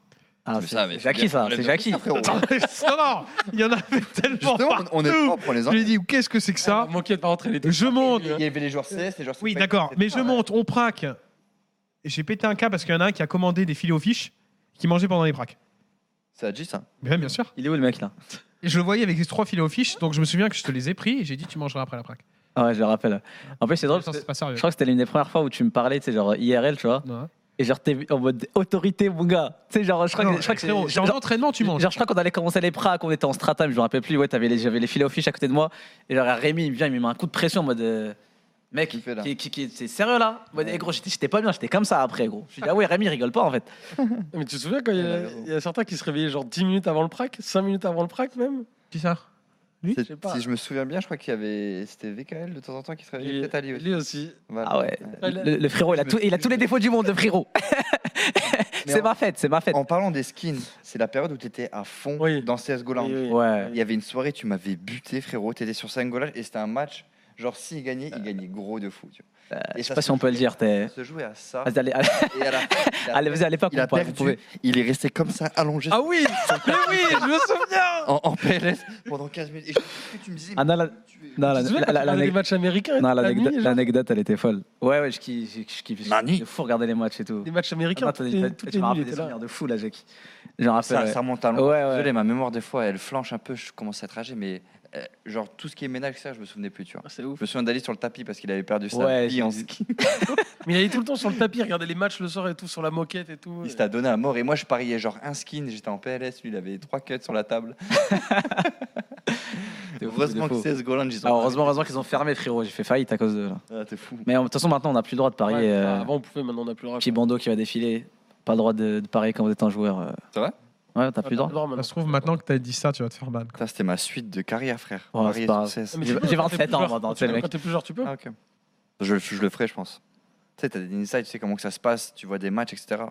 Ah, Mais c'est ça, mais c'est Jackie bien, ça, on c'est l'a Jackie. bien compris, frérot. Attends, mais- non, non, il y en avait tellement Justement, partout. on est propre, on les a. Je lui ai dit, euh, qu'est-ce que c'est que Ah, ça la moquette, par contre, elle était. Je monte. Il y avait les joueurs CS, les joueurs Oui, Spectre, d'accord, etc. mais je monte, on praque. J'ai pété un cas parce qu'il y en a un qui a commandé des filets aux fiches qui mangeait pendant les praques. C'est hein. Adji, ça. Bien, bien sûr. Il est où le mec là Et je le voyais avec les trois filets aux fiches, donc je me souviens que je te les ai pris et j'ai dit, tu mangeras après la praque. Ah Ouais, je le rappelle. En plus, c'est drôle Ça, parce c'est que pas sérieux. je crois que c'était l'une des premières fois où tu me parlais, tu sais, genre IRL, tu vois. Non, hein. Et genre, t'es en mode autorité, mon gars. Tu sais, genre, je crois Non, que. Je crois que frérot, c'est- genre, genre- l'entraînement, tu manges. Genre, je crois qu'on allait commencer les pracs, on était en stratame, je me rappelle plus. Ouais, t'avais les- j'avais les filets aux fiches à côté de moi. Et genre, Rémi, il me vient, il me met un coup de pression en mode. euh, mec, Qu'il fait, là qui, qui, qui- c'est sérieux là En mode, eh, gros, j'étais j'étais pas bien, j'étais comme ça après, gros. Je dis, ah ouais, Rémi, il rigole pas en fait. Mais tu te souviens quand il y, Elle a- a raison. il y a certains qui se réveillaient genre 10 minutes avant le prac, 5 minutes avant le prac même Qui ça C'est- Je sais pas. Si je me souviens bien, je crois qu'il y avait. C'était VKL de temps en temps qui se réveillait. Lui- Peut-être Ali aussi. Lui aussi. Voilà. Ah ouais, Ouais, le, le frérot, il a, tout- il a tous les défauts du monde, le frérot. Mais c'est en- ma fête, c'est ma fête. En parlant des skins, c'est la période où tu étais à fond Oui. dans CSGO là. Oui, oui. Ouais. Il y avait une soirée, tu m'avais buté, frérot. Tu étais sur Sangola et c'était un match. Genre, s'il gagnait, il gagnait gros de fou. Tu vois. Euh. Je sais pas si on peut le dire. t'es- se jouait à ça. Vas-y, allez, allez, Et à la fin, il a allez, vas-y, à l'époque, Il on a pourrait- vous perdu. pouvez. Il est resté comme ça, allongé Ah oui Mais oui, je me souviens en, en PLS pendant 15 minutes. Et je- tu me disais, Ah non, la- tu es- non, la- Tu te souviens la- quand tu la- regardais les l'anec- matchs américains non, la l'anecdote, nuit, genre l'anecdote, elle était folle. Ouais, ouais, je kiffe, je kiffe, je Mani. kiffe de fou regarder les matchs et tout. Les matchs Ah non, américains, t'as- toutes t'as- les toutes tu les nuits, m'as rappelé des étaient là. souvenirs de fou là, Jackie. J'en rappelle. ça, ouais. ça remonte à loin. Ouais, ouais. Désolé, ma mémoire, des fois, elle flanche un peu. Je commence à être âgé, mais euh, genre tout ce qui est ménage, ça, je me souvenais plus. Tu vois. Ah, C'est ouf. Je me souviens d'aller sur le tapis parce qu'il avait perdu sa Ouais, vie j'ai en vu. ski. Mais il allait tout le temps sur le tapis, regarder les matchs le soir et tout, sur la moquette et tout. Il s'était donné à mort. Et moi, je pariais genre un skin. J'étais en PLS. Lui, il avait trois cuts sur la table. C'était fou, Heureusement c'était que fou. CS Golan, ils ont. Ah, heureusement, heureusement qu'ils ont fermé, frérot. J'ai fait faillite à cause de. là. Ah, T'es fou. Mais en- de toute façon, maintenant, on n'a plus le droit de parier. Ouais, euh, Avant on pouvait, maintenant on n'a plus le droit. Petit bandeau qui va défiler. Pas le droit de, de parier quand vous êtes un joueur. euh. C'est vrai Ouais, t'as Ah, plus le droit. Ça maintenant. se trouve, maintenant que t'as dit ça, tu vas te faire ban. quoi. Ça, c'était ma suite de carrière, frère. Parier Ouais, Oh, c'est pas sur CS. Mais J'ai- tu peux, j'ai quand t'es 27 plus ans, joueur, moi, dans quand tel tu- mec. Quand t'es plus genre, tu peux. Ah, ok. Je, je le ferai, je pense. Tu sais, t'as des insights, tu sais comment que ça se passe, tu vois des matchs, etc.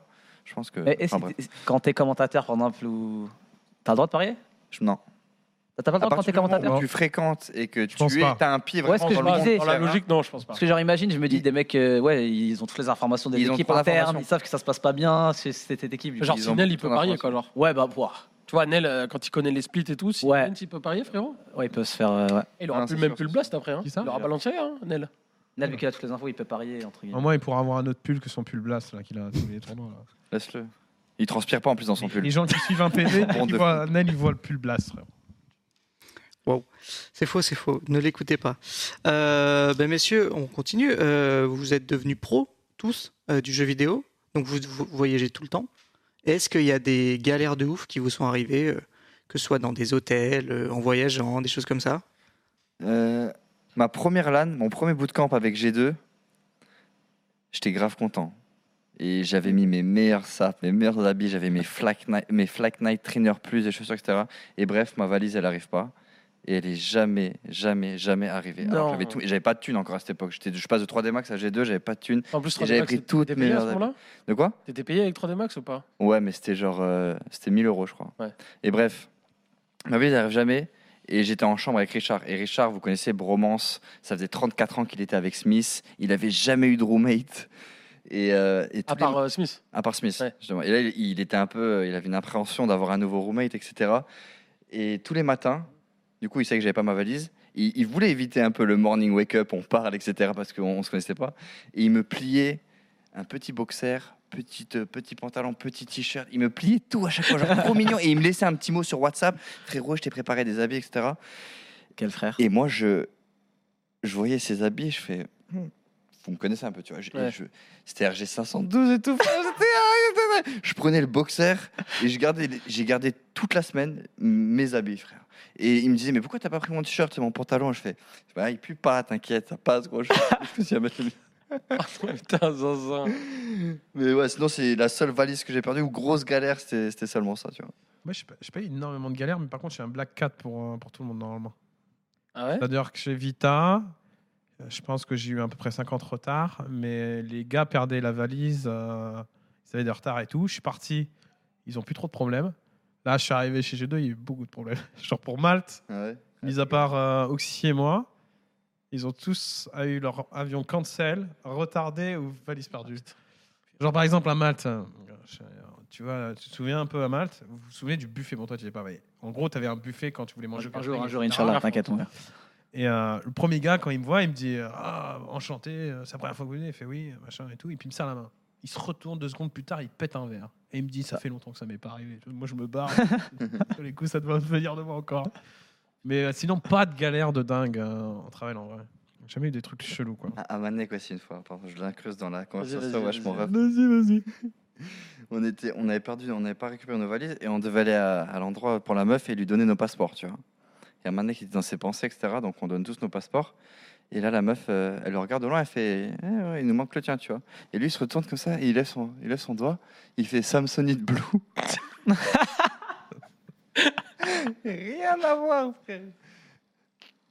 Je pense que. Mais est-ce enfin, que bref. t'es- quand t'es commentateur, par exemple, ou. T'as le droit de parier Je- non. T'as pas le droit À quand partir t'es du moment commentateur où tu fréquentes et que pense tu es, pas. t'as un pied Ouais, ce vraiment que dans je le me disais, monde. hein. Dans la c'est- logique, non, je pense pas. Parce que genre imagine, je me dis Ils- des mecs, euh, ouais, ils ont toutes les informations des Ils ont équipes toutes les internes, informations. ils savent que ça se passe pas bien, c'est c'est cette équipe. ils- Genre, Ils si ont Nel, beaucoup il peut trop parier, quoi, genre. Ouais, bah, ouah. Tu vois, Nel, euh, quand il connaît les splits et tout, si Ouais. Nel, il peut parier, frérot, ouais, ils peuvent se faire. euh, ouais. Et il aura Ah, plus, c'est même sûr, plus le c'est blast après. Hein. Qui ça il aura balancé, hein, Nel. Nel, vu qu'il a toutes les infos, il peut parier, entre Au guillemets. moins, il pourra avoir un autre pull que son pull blast là, qu'il a à tous les tournois. là. Laisse-le. Il transpire pas en plus dans son Les pull. gens qui suivent un PV, Bande ils de voient, Nel, ils voient le pull blast. frère. C'est faux, c'est faux. Ne l'écoutez pas. Euh, ben messieurs, on continue. Euh, vous êtes devenus pros, tous, euh, du jeu vidéo. Donc vous, vous voyagez tout le temps. Est-ce qu'il y a des galères de ouf qui vous sont arrivées, euh, que ce soit dans des hôtels, euh, en voyageant, des choses comme ça Euh, ma première LAN, mon premier bootcamp avec G2, j'étais grave content. Et j'avais mis mes meilleurs sapes, mes meilleurs habits, j'avais mes Flak Night, mes Flak Night Trainer Plus, des chaussures, etc. Et bref, ma valise, elle arrive pas. Et elle est jamais, jamais, jamais arrivée. Non. Alors que j'avais tout. et J'avais pas de thune encore à cette époque. J'étais, je passe de 3D Max à G2, j'avais pas de thune. En plus, Et j'avais 3D Max, pris t'étais toutes mes payé à ce merdes. moment-là De quoi T'étais payé avec 3D Max ou pas Ouais, mais c'était genre. euh, c'était 1000 euros, je crois. Ouais. Et bref, ma vie, n'arrive jamais. Et j'étais en chambre avec Richard. Et Richard, vous connaissez Bromance. Ça faisait 34 ans qu'il était avec Smith. Il n'avait jamais eu de roommate. Et, euh, et tous À les- part euh, Smith. à part Smith, Ouais. justement. Et là, il, il était un peu. Il avait une appréhension d'avoir un nouveau roommate, etc. Et tous les matins, du coup, il savait que j'avais pas ma valise. Il, il voulait éviter un peu le morning wake-up, on parle, etc., parce qu'on on se connaissait pas. Et il me pliait un petit boxer, petite, euh, petit pantalon, petit t-shirt. Il me pliait tout à chaque fois, genre trop mignon. Et il me laissait un petit mot sur WhatsApp. Frérot, je t'ai préparé des habits, etc. Quel frère Et moi, je, je voyais ses habits et je fais. Hmm, Vous me connaissez un peu, tu vois. je- et Ouais. je- C'était RG 512 et tout. frère, j'étais- ah, je prenais le boxer et je gardais les- j'ai gardé toute la semaine mes habits, frère. Et il me disait, mais pourquoi t'as pas pris mon t-shirt et mon pantalon Je fais, bah, il pue pas, t'inquiète, ça passe, gros. Je je me suis dit, Ah, mais c'est- Putain, zinzin. Mais ouais, sinon, c'est la seule valise que j'ai perdue ou grosse galère, c'était c'était seulement ça, tu vois. Moi, je n'ai pas eu énormément de galères, mais par contre, j'ai un Black Cat pour, euh, pour tout le monde normalement. Ah ouais C'est-à-dire que chez Vita, euh, je pense que j'ai eu à peu près 50 retards, mais les gars perdaient la valise, euh, ils avaient des retards et tout. Je suis parti, ils ont plus trop de problèmes. Là, je suis arrivé chez G2, il y a eu beaucoup de problèmes. Genre pour Malte, Ah mis à part euh, Oxy et moi, ils ont tous a eu leur avion cancel, retardé ou valise perdue. Genre par exemple à Malte, euh, je- tu vois, tu te souviens un peu à Malte, vous vous souvenez du buffet, bon toi tu n'étais pas veillé. En gros, tu avais un buffet quand tu voulais manger. au Un jour, catering, un jour, etc. Inch'Allah, t'inquiète, mon gars. Et euh, le premier gars, quand il me voit, il me dit euh, Ah, enchanté, euh, c'est la première fois que vous venez. Il fait oui, machin et tout. Et puis il me serre la main. Il se retourne deux secondes plus tard, il pète un verre. Et il me dit Ça fait longtemps que ça m'est pas arrivé. Moi, je me barre. Tous les coups, ça doit venir de moi encore. Mais euh, sinon, pas de galère de dingue euh, en travail en vrai. Jamais eu des trucs chelous, quoi. Ah, À, à Manek aussi, une fois, pardon, je l'incruste dans la vas-y, conversation vachement vas-y. rap. Vas-y, vas-y. On, était, on avait perdu, on n'avait pas récupéré nos valises et on devait aller à, à l'endroit pour la meuf et lui donner nos passeports, tu vois. Il y a un mec qui était dans ses pensées, etc. Donc on donne tous nos passeports. Et là, la meuf, euh, elle le regarde au loin, elle fait Eh ouais, Il nous manque le tien, tu vois. Et lui, il se retourne comme ça, et il lève son, il lève son doigt, il fait Samsonite Blue. Rien à voir, frère.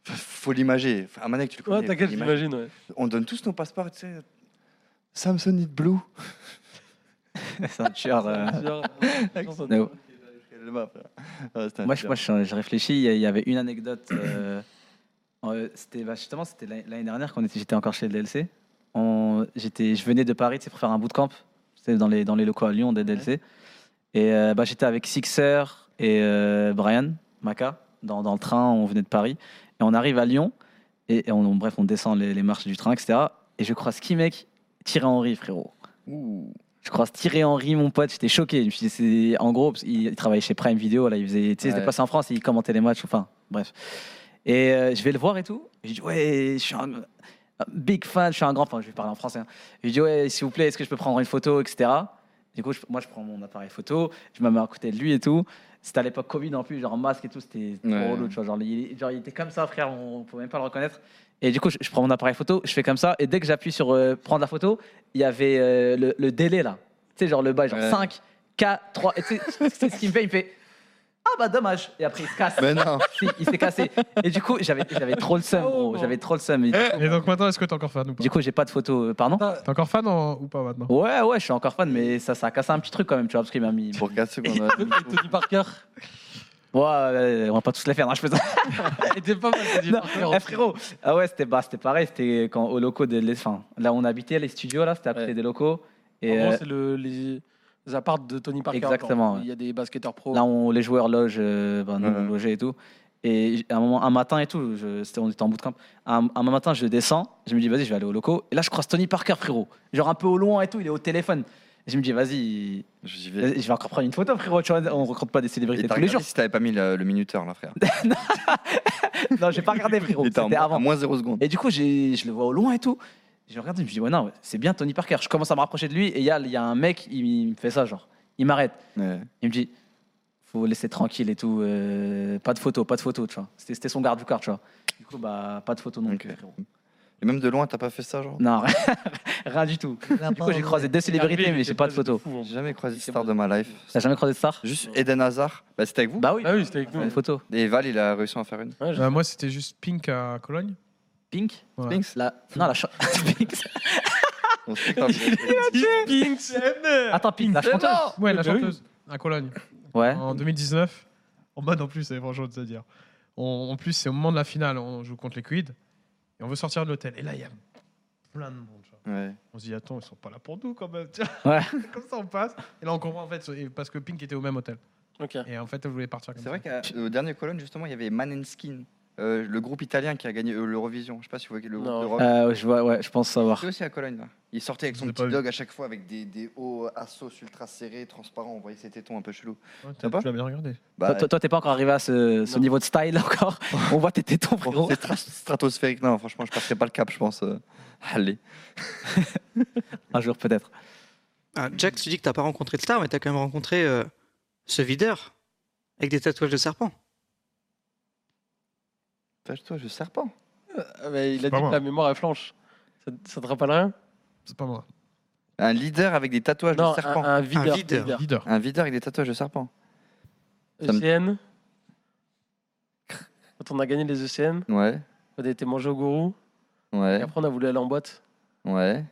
Faut l'imager. Enfin, À Manek, tu le connais. Ouais, t'inquiète, l'image- j'imagine, ouais. on donne tous nos passeports, tu sais. Samsonite Blue. C'est un tueur. euh. Genre, No. Ah, c'était un Moi, je, tueur. moi, je, je réfléchis. Il y a- il y avait une anecdote. euh, euh, c'était bah, justement c'était l'année l'année dernière quand on était- j'étais encore chez le DLC. On, j'étais, je venais de Paris, tu sais, pour faire un bootcamp. C'était dans les dans les locaux à Lyon des DLC. Et euh, bah, j'étais avec Sixer et euh, Brian Maca dans, dans le train. On venait de Paris et on arrive à Lyon et, et on, bref, on descend les, les marches du train, etc. Et je croise qui mec Thierry Henry, frérot. Ouh. Je croise Thierry Henry, mon pote, j'étais choqué. Je me suis dit, c'est- en gros, parce qu'il- il travaillait chez Prime Video, là, il faisait, tu sais, il était Ouais. passé en France, et il commentait les matchs, enfin, bref. Et euh, je vais le voir et tout. Je dis, ouais, je suis un un big fan, je suis un grand fan, je vais parler en français. hein. Je dis, ouais, s'il vous plaît, est-ce que je peux prendre une photo, etc. Du coup, je- moi, je prends mon appareil photo, je me mets à côté de lui et tout. C'était à l'époque Covid en plus, genre en masque et tout, c'était trop Ouais. relou, tu vois. Genre il, genre, il était comme ça, frère, on ne pouvait même pas le reconnaître. Et du coup, je, je prends mon appareil photo, je fais comme ça, et dès que j'appuie sur euh, prendre la photo, il y avait euh, le, le délai là. Tu sais, genre le bas, genre Ouais. 5, 4, 3. Et tu sais, c'est ce qu'il me fait, il me fait Ah bah dommage. Et après, il se casse. Mais non. Oh, Si, il s'est cassé. Et du coup, j'avais j'avais trop le seum, gros. J'avais trop le seum. Et Et donc maintenant, est-ce que t'es encore fan ou pas Du coup, j'ai pas de photo. euh, Pardon T'es encore fan en- ou pas maintenant Ouais, ouais, je suis encore fan, mais ça, ça a cassé un petit truc quand même, tu vois, parce qu'il m'a mis. Pour 4 secondes. ouais. Tony Parker. Ouais, ouais, on va pas tous les faire, hein, je fais ça. Et t'es pas mal, Tony Non, Oh. Parker. eh, frérot Ah ouais, c'était bah, c'était pareil, c'était quand au locaux de. les- Enfin, là, on habitait les studios, là, c'était à côté Ouais. des locaux. En Et gros, euh, c'est le, les, les apparts de Tony Parker. Exactement, genre. Il y a des basketteurs pro. là, on, les joueurs logent, euh, ben, nous, Ouais. on logeait et tout. Et j- à un moment, un matin et tout, je, c'était- on était en bootcamp. Un, un matin, je descends, je me dis, vas-y, je vais aller au locaux. Et là, je croise Tony Parker, frérot. Genre un peu au loin et tout, il est au téléphone. Et je me dis, vas-y, J'y je vais. vais encore prendre une photo, frérot. Tu vois, on rencontre pas des Et célébrités t'as tous les regardé jours. si t'avais pas mis le, le minuteur là, frère. Non, j'ai pas regardé, frérot. Il était en Oh, C'était mo- à avant. moins 0 secondes. Et du coup, j'ai- je le vois au loin et tout. Je le regarde, je me dis, ouais, non, ouais, c'est bien Tony Parker. Je commence à me rapprocher de lui et il y a, il y a un mec, il, il me fait ça, genre. Il m'arrête. Ouais. Il me dit, faut laisser tranquille et tout. euh, pas de photo, pas de photo, tu vois. C'était c'était son garde du corps, tu vois. Du coup, bah, pas de photo non Ok. plus, frérot. Et même de loin, t'as pas fait ça, genre Non, rien du tout. Du coup, j'ai croisé deux célébrités, mais j'ai pas de photos. J'ai jamais croisé de star de ma life. T'as jamais croisé de star Juste Eden Hazard, bah, c'était avec vous Bah oui, Ah oui, c'était avec on a nous. des photos. Et Val, il a réussi à en faire une. Ouais, je- Bah, moi, c'était juste Pink à Cologne. Pink Ouais. Pink La... Non, la cha- Pink. On se fait comme- Attends, Pink, la chanteuse Ouais, la bah oui. chanteuse à Cologne. Ouais. En 2019. En mode en plus, c'est franchement de se dire. On- en plus, c'est au moment de la finale, on joue contre les Quid. Et on veut sortir de l'hôtel. Et là, il y a plein de monde. tu vois. Ouais. On se dit, attends, ils sont pas là pour nous quand même. tu vois. Ouais. comme ça, on passe. Et là, on comprend en fait, et- parce que Pink était au même hôtel. Euh, Ok. Et en fait, elle voulait partir comme C'est ça. vrai qu'au dernier colonne, justement, il y avait Maneskin, euh, le groupe italien qui a gagné euh, l'Eurovision. Je sais pas si vous voyez le groupe Non. de rock. Euh, je vois, ouais, je pense savoir. C'était aussi à Cologne. Là. Il sortait avec Je son l'ai pas petit vu. dog à chaque fois avec des, des hauts assos ultra serrés, transparents. On voyait ses tétons un peu chelous. Ouais, Ça va t'as- tu l'as bien regardé. Bah, Toi, toi- toi, t'es pas encore arrivé à ce, ce Non. niveau de style encore. On voit tes tétons, bon, frérot. c'est stra- stratosphérique. Non, franchement, je passerai pas le cap, je pense. euh. Allez. Un jour, peut-être. Ah, Jack, tu dis que t'as pas rencontré de star, mais t'as quand même rencontré euh, ce videur avec des tatouages de serpent. Toi, je serpent. Ah, mais il a Pas dit moi. que la mémoire est flanche. Ça, ça te rappelle rien C'est pas moi. Un leader avec des tatouages Non, de serpent. un, Un, un videur. Un videur. videur. Leader. leader avec des tatouages de serpent. Ça me- ECN. Quand on a gagné les ECN, Ouais, on a été mangé au gourou. Et ouais, après, on a voulu aller en boîte. ouais.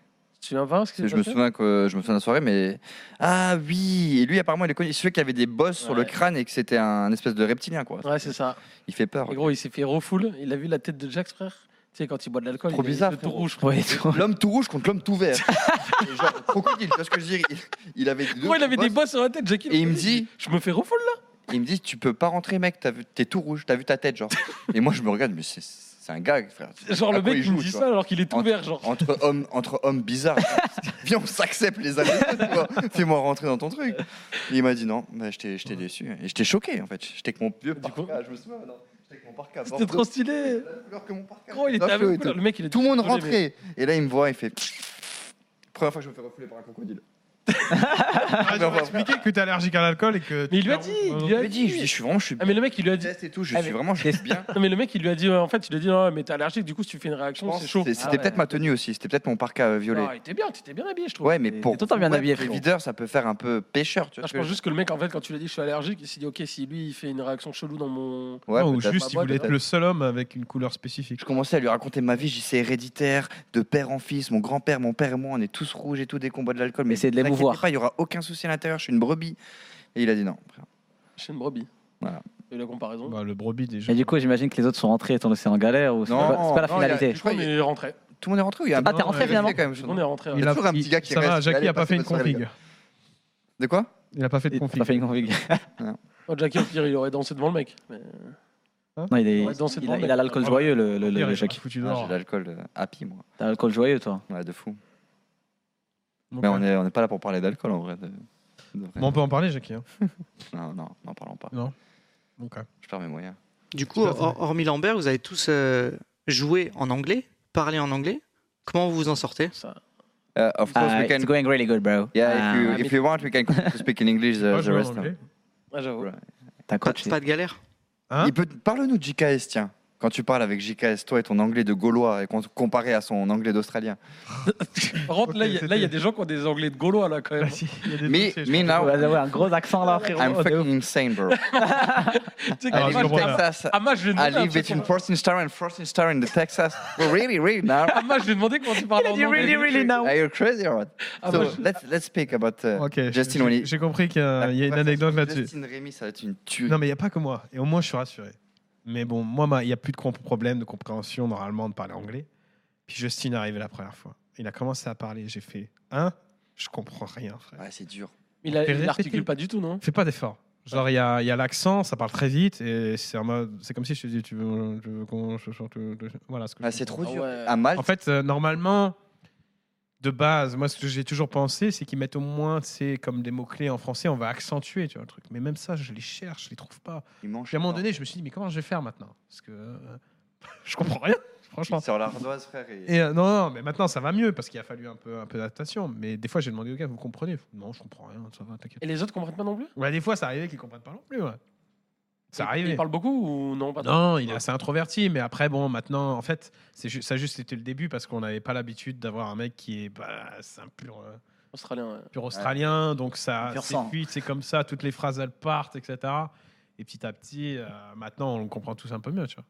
Tu te souviens pas ce qui Je s'est me passé souviens que je me souviens de la soirée, mais ah oui, et lui apparemment il est connu, celui qui avait des bosses sur le Ouais. crâne et que c'était un espèce de reptilien quoi. Ouais, c'est ça. Il fait peur. Et gros, il s'est fait refoule. Il a vu la tête de Jack, frère. Tu sais, quand il boit de l'alcool, Trop il a les bizarre, yeux tout frérot. rouge. frère. Ouais, tout. L'homme tout rouge contre l'homme tout vert. Et genre, crocodile, tu vois ce que je veux dire il, il avait, deux Pourquoi il avait des bosses. bosses sur la tête, Jack Et il me dit- Je me fais refoule là Il me dit tu peux pas rentrer mec, t'as vu- t'es tout rouge, t'as vu ta tête genre. Et moi je me regarde mais c'est c'est un gag frère. Genre, À le quoi mec, il il me joue, dit tu ça vois. alors qu'il est tout Entre- vert, genre. Entre hommes, entre hommes bizarres. Viens, on s'accepte les uns les autres, quoi. Fais-moi rentrer dans ton truc. Et il m'a dit non, bah, j'étais j'étais déçu. Et j'étais choqué, en fait. J'étais avec mon vieux Du coup- parka. Je me souviens, non. J'étais avec mon parka. C'était trop stylé La couleur que mon parka. Gros, il était D'un avec feu nous, et tout. Le mec, il est Tout le monde désolé, mais- rentrait. Et là, il me voit, il fait. Première fois que je me fais refouler par un crocodile. Ah, Non, j'aurais expliqué que t'es allergique à l'alcool et que. Mais il lui a dit, il lui Je a lui ai dit, je lui ai dit, je suis vraiment, je suis Ah, bien. mais le mec, il lui a dit. test et tout, je Ah, suis mais- vraiment, je suis bien. Non, mais le mec, il lui a dit, euh, en fait, il lui a dit, non, mais t'es allergique, du coup, si tu fais une Je réaction, pense c'est que chaud. c'est- Ah C'était ouais. Ah, peut-être ma tenue aussi, c'était peut-être mon parka euh, violet. Non, il était bien, t'étais bien habillé, je trouve. Ouais, mais Et- pour. et toi, t'as bien ouais, habillé, pour les frérot. videurs, ça peut faire un peu pêcheur, tu vois. Ah, ce je que pense je- juste que le mec, en fait, quand tu lui as dit, je suis allergique, il s'est dit, ok, si lui, il fait une réaction chelou dans mon. Ouais, Ah, Non, ou peut-être. juste, il Ma voulait être boîte, le seul homme avec une couleur spécifique. Je commençais à lui raconter ma vie, j'y sais héréditaire, de père en fils, mon grand-père, mon père et moi, on est tous rouges et tout, des combats de l'alcool. Mais Essayez de vous inquiétez l'émouvoir. pas, Il y aura aucun souci à l'intérieur, je suis une brebis. Et il a dit non. frère. Je suis une brebis. Voilà. Et la comparaison. Bah, le brebis déjà. Mais du coup, j'imagine que les autres sont rentrés étant laissés en galère ou c'est Non, pas, c'est pas la non, finalité. du coup, on est rentré. Tout le monde est rentré ou il y a un Ah, t'es rentré Il est finalement quand même, je- On est rentré. ouais. Il a toujours un petit gars qui ça va, reste. Jackie Allez, a pas passez fait une bonne soirée, les config. De quoi Il a pas fait de Il- t'as pas config. fait une config. Oh, Jackie, au pire, il aurait dansé devant le mec. Mais... Non, il, est- Ouais, dans cette il a- bande, il a l'alcool ouais. joyeux, le, le, le, Pierre, le il a Jackie. foutu Ah, J'ai dehors. de l'alcool euh, happy, moi. T'as l'alcool joyeux, toi. Ouais, de fou. Donc, Mais euh, on n'est on est pas là pour parler d'alcool en vrai. de- de vrai. mais on peut en parler, Jackie. hein. Non, non, n'en parlons pas. Donc, euh, Je perds mes moyens. Du coup, Tout à fait. hor- hormis Lambert, vous avez tous euh, joué en anglais, parlé en anglais. Comment vous vous en sortez Ça. Euh, of course, Ah, we can. it's going really good, bro. Yeah, if Ah, you, if you want, we can speak in English uh, moi, the, Euh, je the vais en rest. anglais. Ah, j'avoue. Ouais. T'as pas, coaché. pas de galère Hein Il peut... Parle-nous de JKS, tiens. Quand tu parles avec JKS, toi et ton anglais de gaulois, et qu'on te- comparé à son anglais d'australien. Par contre, là, il y a- Ok, là, il y a des gens qui ont des anglais de Gaulois, là, quand même. Vas-y, il y a des Mais- dossiers, je mais crois. now, Ouais, ouais, un gros accent là, frérot. I'm fucking insane, bro. Tu sais, Ah, I quand live je in comprends pas. Texas. Ah, moi, je lui ai I demandé. un live truc between comment- Fortune Star and Fortune Star in the Texas. Well, really, really now. Ah, moi, je lui ai demandé comment tu parles en anglais. now. Are you crazy or what? Ah, so moi, je- let's let's speak about uh, Ok, j'ai- Justin when he- J'ai compris qu'il y a il y a une anecdote là-dessus. Justin Rémy, ça va être une tuerie. Non, mais il n'y a pas que moi. Et au moins, je suis rassuré. Mais bon, moi, ma- il n'y a plus de comp- problème de compréhension normalement de parler anglais. Puis Justin est arrivé la première fois. Il a commencé à parler. J'ai fait Hein Je comprends rien, frère. Ouais, c'est dur. Il a- Répétez. il articule pas du tout, non Fais pas d'effort. Genre, il y a, il y a l'accent, ça parle très vite. Et c'est en mode- c'est comme si je te dis Tu veux, tu veux qu'on. je- je- je- je- Voilà ce que Ah, je c'est comprends. trop Ah dur. ouais. À Malte, En fait, euh, normalement, de base, moi, ce que j'ai toujours pensé, c'est qu'ils mettent au moins, c'est comme des mots-clés en français, on va accentuer, tu vois, le truc. Mais même ça, je les cherche, je les trouve pas. il mange. Puis à un moment donné, je me suis dit, mais comment je vais faire maintenant Parce que euh, je comprends rien, franchement. il sort l'ardoise, frère. Et... Et euh, non, non, mais maintenant ça va mieux parce qu'il a fallu un peu, un peu d'adaptation. Mais des fois, j'ai demandé au gars, vous comprenez Non, je comprends rien, ça va, t'inquiète. Et les autres comprennent pas non plus Ouais, des fois, ça arrivait qu'ils comprennent pas non plus. Ouais. Ça Il- arrivait. Il parle beaucoup ou non pas trop Non, il est assez introverti, mais après, bon, maintenant, en fait, c'est ju- ça juste c'était le début parce qu'on n'avait pas l'habitude d'avoir un mec qui est, bah, c'est un pur, euh, Australien. ouais. pur australien, donc ça, Pur c'est sang. cuit, c'est comme ça, toutes les phrases elles partent, etc. Et petit à petit, euh, maintenant, on le comprend tous un peu mieux, tu vois.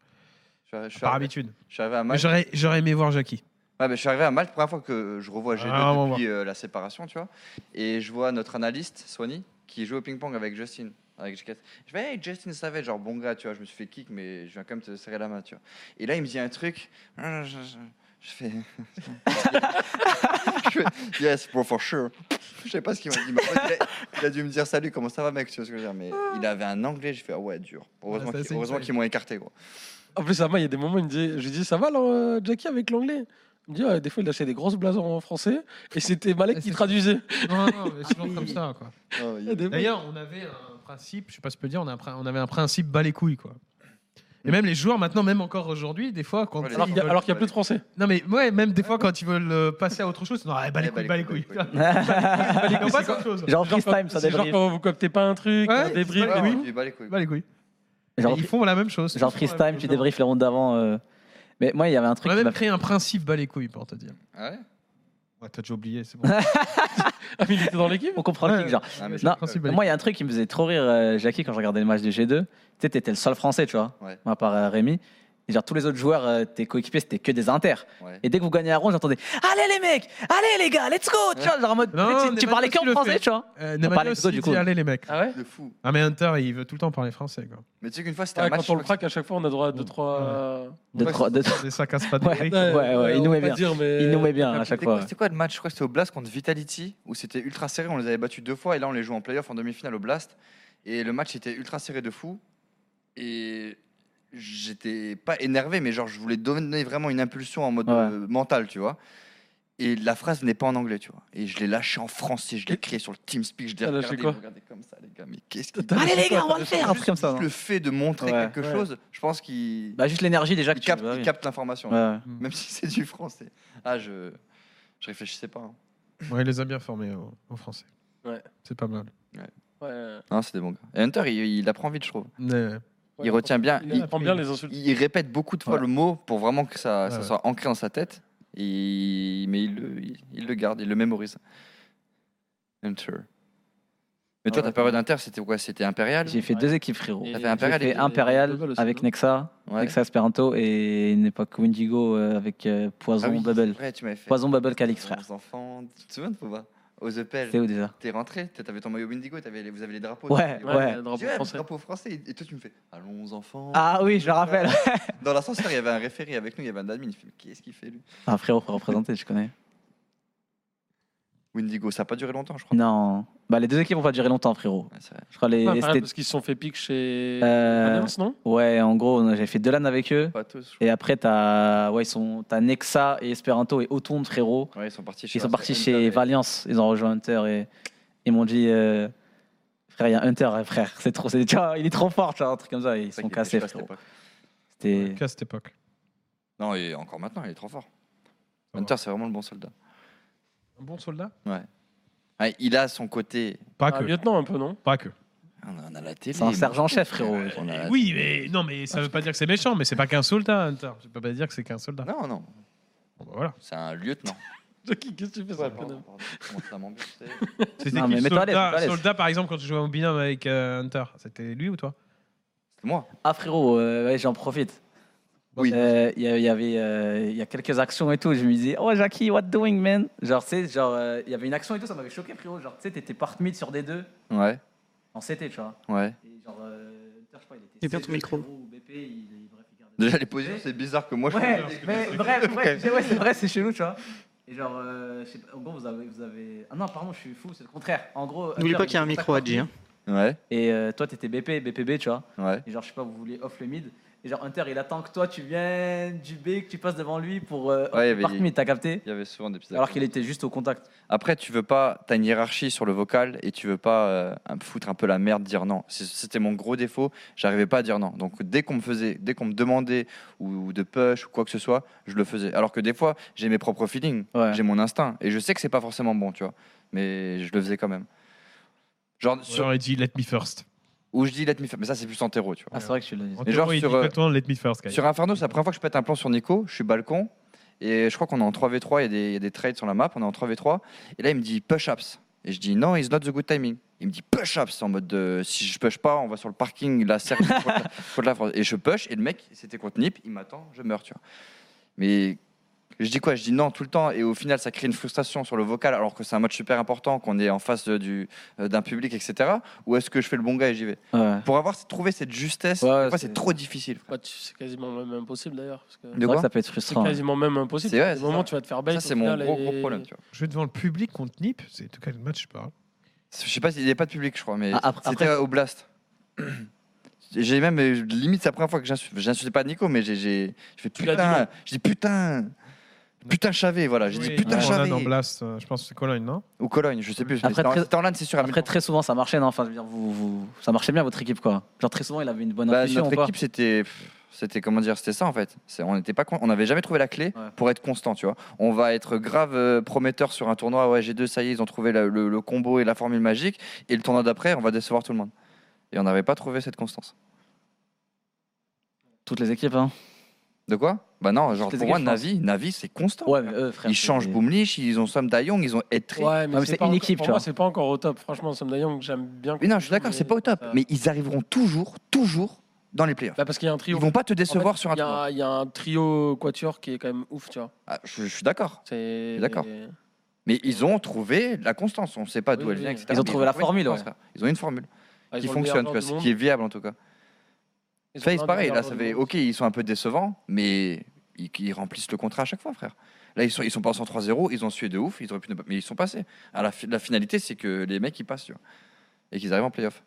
Je suis Par arrivé- habitude. je suis arrivé à Mais Malte. j'aurais, j'aurais aimé voir Jackie. Ouais, mais je suis arrivé à Malte, première fois que je revois G2 Ah, on va depuis euh, la séparation, tu vois. Et je vois notre analyste, Sony, qui joue au ping-pong avec Justin. Avec J4. Je vais, hey, Justin Savage, genre bon gars, tu vois, je me suis fait kick, mais je viens quand même te serrer la main, tu vois. Et là, il me dit un truc. Ah, Je, je- je fais. je fais, yes, bro, for sure. Je sais pas ce qu'il m'a dit. mais en fait, il, a, il a dû me dire salut, comment ça va, mec, tu vois ce que je veux dire. Mais il avait un anglais, je fais, ah ouais, dur. Heureusement Ouais, ça, qu'il- c'est une heureusement blague. qu'ils m'ont écarté, gros. En plus, ça va, il y a des moments, il me dit, je lui dis, ça va, alors, euh, Jackie, avec l'anglais Il me dit, ouais, des fois, il lâchait des grosses blasons en français, et c'était Malek Et qui c'est- traduisait. Non, non, mais souvent comme ça, quoi. Oh, Il y a il- des- D'ailleurs, on avait un principe, je sais pas si je peux dire, on, a un prin- on avait un principe bas les couilles, quoi. Et même les joueurs maintenant, même encore aujourd'hui, des fois, quand Ouais, les Alors qu'il y a- veulent- alors qu'il n'y a plus de français. non mais ouais, même des fois quand ils veulent euh, passer à autre chose, non, eh, bas les Eh, bah, couilles, bas les couilles. Bah couilles. bah Ils ont pas autre chose. Genre freestyle, ça C'est genre débrief. quand vous coptez pas un truc, Ouais, un débrief. c'est Ouais, pas oui. grave. il bat les couilles. Bas bah les couilles. Genre, Et ils font la même chose. genre Ils font la même freestyle, chose. tu débriefes la ronde d'avant. euh. Mais moi, il y avait un On truc a qui m'a même créé un principe bas les couilles pour te dire. Ah ouais Ouais, t'as déjà oublié, c'est bon. Ah, mais il était dans l'équipe On comprend le Ouais. kick, genre. Ah, mais Non, je- principe. bah Moi, il y a un truc qui me faisait trop rire, euh, Jackie, quand je regardais le match du G2. Tu sais, t'étais le seul français, tu vois, Ouais. à part euh, Rémi. Et genre, tous les autres joueurs, euh, tes coéquipiers, c'était que des inters. Ouais. Et dès que vous gagnez la ronde, j'entendais Allez les mecs, allez les gars, let's go Tu vois, genre en mode. Non, tu- mais tu, parlais maintenant, tu que en le français, fais. tu vois. Euh, On parlait Nemanja de aussi, ça, du dit, coup. allez les mecs. Ah ouais De fou. Ah mais Hunter, il veut tout le temps parler français, quoi. Mais tu sais qu'une fois, c'était Ah, un match. Quand on le je crois craque, à chaque fois, on a droit à deux, Ouais. trois. euh, De Ouais, trois- de trois- C'est ça casse pas de Ouais. bruit. ouais, il nous on met va bien. dire, mais- Il nous met bien que- à chaque C'était fois. quoi- C'était quoi le match Je crois que c'était au Blast contre Vitality, où c'était ultra serré. On les avait battus deux fois et là, on les joue en playoff en demi-finale au Blast. Et le match était ultra serré de fou. Et j'étais pas énervé, mais genre, je voulais donner vraiment une impulsion en mode Ouais. euh, mental, tu vois. Et la phrase n'est pas en anglais, tu vois. Et je l'ai lâché en français, je l'ai créé sur le TeamSpeak, je l'ai T'as lâché regardé, quoi regardé comme ça, les gars. Mais qu'est-ce que Allez les gars, on va le faire Un truc comme ça. non le fait de montrer Ouais. quelque Ouais. chose, je pense qu'il Bah, juste l'énergie déjà que il tu capte, vois, il oui. Bah, capte l'information. Ouais, ouais. Même si c'est du français. Ah, je, je réfléchissais pas. hein. Ouais, il les a bien formés au, au français. Ouais. C'est pas mal. Ouais. Non, c'est des bons gars. Et Hunter, il, il apprend vite, je trouve. Mais- il retient bien. Il Il, apprend bien les insultes. il répète beaucoup de fois Ouais. le mot pour vraiment que ça, Ouais, ça ouais. soit ancré dans sa tête. Et, mais il le, il, il le garde, il le mémorise. Hunter. Mais toi, Ouais, ta période Hunter, c'était quoi C'était Impérial J'ai fait Ouais. deux équipes, frérot. Et- T'as fait j'ai Impérial J'ai fait et- un- Impérial Global aussi, avec non Nexa, Ouais. Nexa Esperanto et une époque Windigo euh, avec euh, Ah Poison oui, c'est Bubble. vrai, tu m'avais fait. Poison Bubble Calix, Aux frère. enfants, tu te souviens de Pouba Aux EPL. C'était où déjà T'es rentré, t'as- t'avais ton maillot Windigo, t'avais les- vous avez les drapeaux. Ouais, Et ouais. le je dis, drapeau ouais, français. drapeau français. Et toi, tu me fais Allons, enfants. Ah oui, je le rappelle. Dans l'ascenseur, il y avait un référé avec nous, il y avait un admin. Il fait, mais qu'est-ce qu'il fait lui Ah, frérot, faut représenter, je connais. Windigo, ça n'a pas duré longtemps, je crois. Non. Bah, les deux équipes vont pas durer longtemps, frérot. Ouais, c'est vrai. Je crois les. Ouais, pareil, c'était- parce qu'ils se sont fait pique chez Euh, Alliance, non Ouais, en gros, j'ai fait deux LAN avec eux. Pas tous, je Et après, t'as ouais, ils sont- t'as Nexa et Esperanto et Oton de frérot. crois. Ouais, ils sont partis chez Ils sont partis Hunter chez et- Valiance. Ils ont rejoint Hunter et ils m'ont dit euh, Frère, il y a Hunter, hein, frère. C'est trop, c'est- tu vois, il est trop fort, tu vois, un truc comme ça. Ils C'est sont vrai qu'il était chaud cassés, à cette frérot. époque. C'était. Qu'à cette époque. Non, et encore maintenant, il est trop fort. Ça Hunter, c'est vraiment le bon soldat. Un bon soldat Ah, il a son côté. Pas Ah, Un Ah, que. lieutenant, un peu, non Pas que. On a, on a la télé. C'est un mais- Euh, sergent-chef, frérot. Ouais, on a la- Oui, mais non, mais ça veut pas dire que c'est méchant, mais c'est pas qu'un soldat, Hunter. Je peux pas dire que c'est qu'un soldat. Non, non, Bon, bah, voilà. c'est un lieutenant. Jackie, qu'est-ce que tu fais ça Pardon, pardon, comment ça m'embête, c'est- C'était Non, qui mais le mets-toi soldat, à l'aise, mets-toi à l'aise. soldat, par exemple, quand tu jouais en binôme avec euh, Hunter C'était lui ou toi C'est moi. Ah, frérot, euh, ouais, j'en profite. Oui. Euh, Il y, a- il y avait euh, il y a quelques actions et tout. Je me disais, oh Jackie, what doing, man? Genre, tu sais, genre, euh, il y avait une action et tout, ça m'avait choqué, frérot. Genre, tu sais, t'étais part mid sur des deux Ouais, en CT, tu vois. ouais. Et genre, euh, je sais pas, il était. Et bien ton CE, micro. frérot, ou BP, il- il- bref, il gardait- Déjà, les positions, c'est bizarre que moi je Ouais, faisais. mais bref, bref, c'est- ouais, c'est vrai, c'est chelou, tu vois. Et genre, euh, je sais pas, en gros, vous avez, vous avez. Ah non, pardon, je suis fou, c'est le contraire. En gros. N'oublie Hunter, pas qu'il y a un il était micro à contact G. hein. Ouais, Et euh, toi, t'étais BP, BPB, tu vois. ouais. Et genre, je sais pas, vous voulez off le mid. Et genre, Hunter, il attend que toi, tu viennes du B, que tu passes devant lui pour. Euh, Ouais, off le mais parc il- mid, t'as capté Il y avait souvent des petits Alors qu'il était juste au contact. Après, tu veux pas, t'as une hiérarchie sur le vocal et tu veux pas euh, un- foutre un peu la merde, dire non. C'est- C'était mon gros défaut, j'arrivais pas à dire non. Donc dès qu'on me faisait, dès qu'on me demandait ou, ou de push ou quoi que ce soit, je le faisais. Alors que des fois, j'ai mes propres feelings, Ouais. j'ai mon instinct et je sais que c'est pas forcément bon, tu vois. Mais je le faisais quand même. Genre, sur- J'aurais dit Let me first. Ou je dis let me first. Mais ça, c'est plus en terreau, tu vois. Ah, c'est vrai que je suis le. En Mais théorie, genre il sur, dit euh, complètement Let Me First, Sky. Sur Inferno, c'est la première fois que je pète un plan sur Nico. Je suis balcon. Et je crois qu'on est en 3v3. Il y, a des- il y a des trades sur la map. On est en 3v3. Et là, il me dit push ups. Et je dis non, it's not the good timing. Il me dit push ups en mode de, si je push pas, on va sur le parking, la serre contre la- contre la France. Et je push. Et le mec, c'était contre Nip. Il m'attend, je meurs, tu vois. Mais je dis quoi Je dis non tout le temps. Et au final, ça crée une frustration sur le vocal alors que c'est un match super important, qu'on est en face de- du- euh, d'un public, etc. Ou est-ce que je fais le bon gars et j'y vais Ouais. Pour avoir trouvé cette justesse, Ouais, des fois, c'est- c'est trop difficile. frère. Bah, tu- c'est quasiment même impossible d'ailleurs. parce que- De C'est vrai quoi que ça peut être C'est frustrant. ouais. quasiment même impossible. C'est vrai, À un c'est moment, ça. tu vas te faire bait. ça, c'est mon gros, gros problème. Tu vois. Jouer devant le public contre Nip, c'est de quel match je parle Je sais pas s'il n'y a pas de public, je crois, mais Ah, après- c'était au Blast. J'ai même, euh, limite, c'est la première fois que j'insulte. J'insultais pas Nico, mais j'ai- j'ai je fais l'as dit putain. Je dis putain. Putain Chavé, voilà. J'ai dit Oui, Ah, putain en LAN, Chavé. en Blast, euh, je pense que c'est Cologne, non Ou Cologne, je sais plus. Après, Après, très- en LAN, c'est sûr. à Après, 1000%. très souvent, ça marchait, non Enfin, je veux dire, vous, vous- ça marchait bien votre équipe, quoi. Genre, très souvent, il avait une bonne Bah, intuition. notre quoi. équipe, c'était. pff, C'était comment dire, c'était ça en fait. C'est- On n'était pas, con- on n'avait jamais trouvé la clé Ouais. pour être constant, tu vois. On va être grave euh, prometteur sur un tournoi. Ouais, G2, ça y est, ils ont trouvé la- le, le combo et la formule magique. Et le tournoi d'après, on va décevoir tout le monde. Et on n'avait pas trouvé cette constance. Toutes les équipes, hein. De quoi Bah non, genre Toutes les pour moi, équipes, je pense. Navi, Navi c'est constant. Ouais, mais eux, frère. ils changent c'est- Boomlish, ils ont Sam Dayong, ils ont Etri. Ouais, mais c'est pas une encore- équipe, Pour tu moi, vois. c'est pas encore au top. Franchement, Sam Dayong, j'aime bien. Mais non, je suis d'accord, c'est pas au top. euh, Mais ils arriveront toujours, toujours dans les playoffs. Bah, parce qu'il y a un trio. Ils vont pas te En fait, décevoir sur un il y a- tournoi. Il y a un trio quatuor qui est quand même ouf, tu vois. Ah, je, je suis d'accord. C'est. Bah, D'accord. Mais ils ont trouvé la constance. On ne sait pas d'où Oui, elle vient, oui. etc. Ils ont Mais trouvé la une formule, constance, frère. Ils ont une formule Ah, ils qui ont le meilleur fonctionne, tu joueur vois, du c'est- monde. qui est viable en tout cas. Ils ont Face, l'un des pareil, meilleurs là, joueurs ça du fait monde. OK, ils sont un peu décevants, mais ils, ils remplissent le contrat à chaque fois, frère. Là, ils sont, ils sont passés en 3-0, ils ont sué de ouf, ils auraient pu ne pas- mais ils sont passés. À la, fi- la finalité, c'est que les mecs, ils passent, tu vois, et qu'ils arrivent en playoff.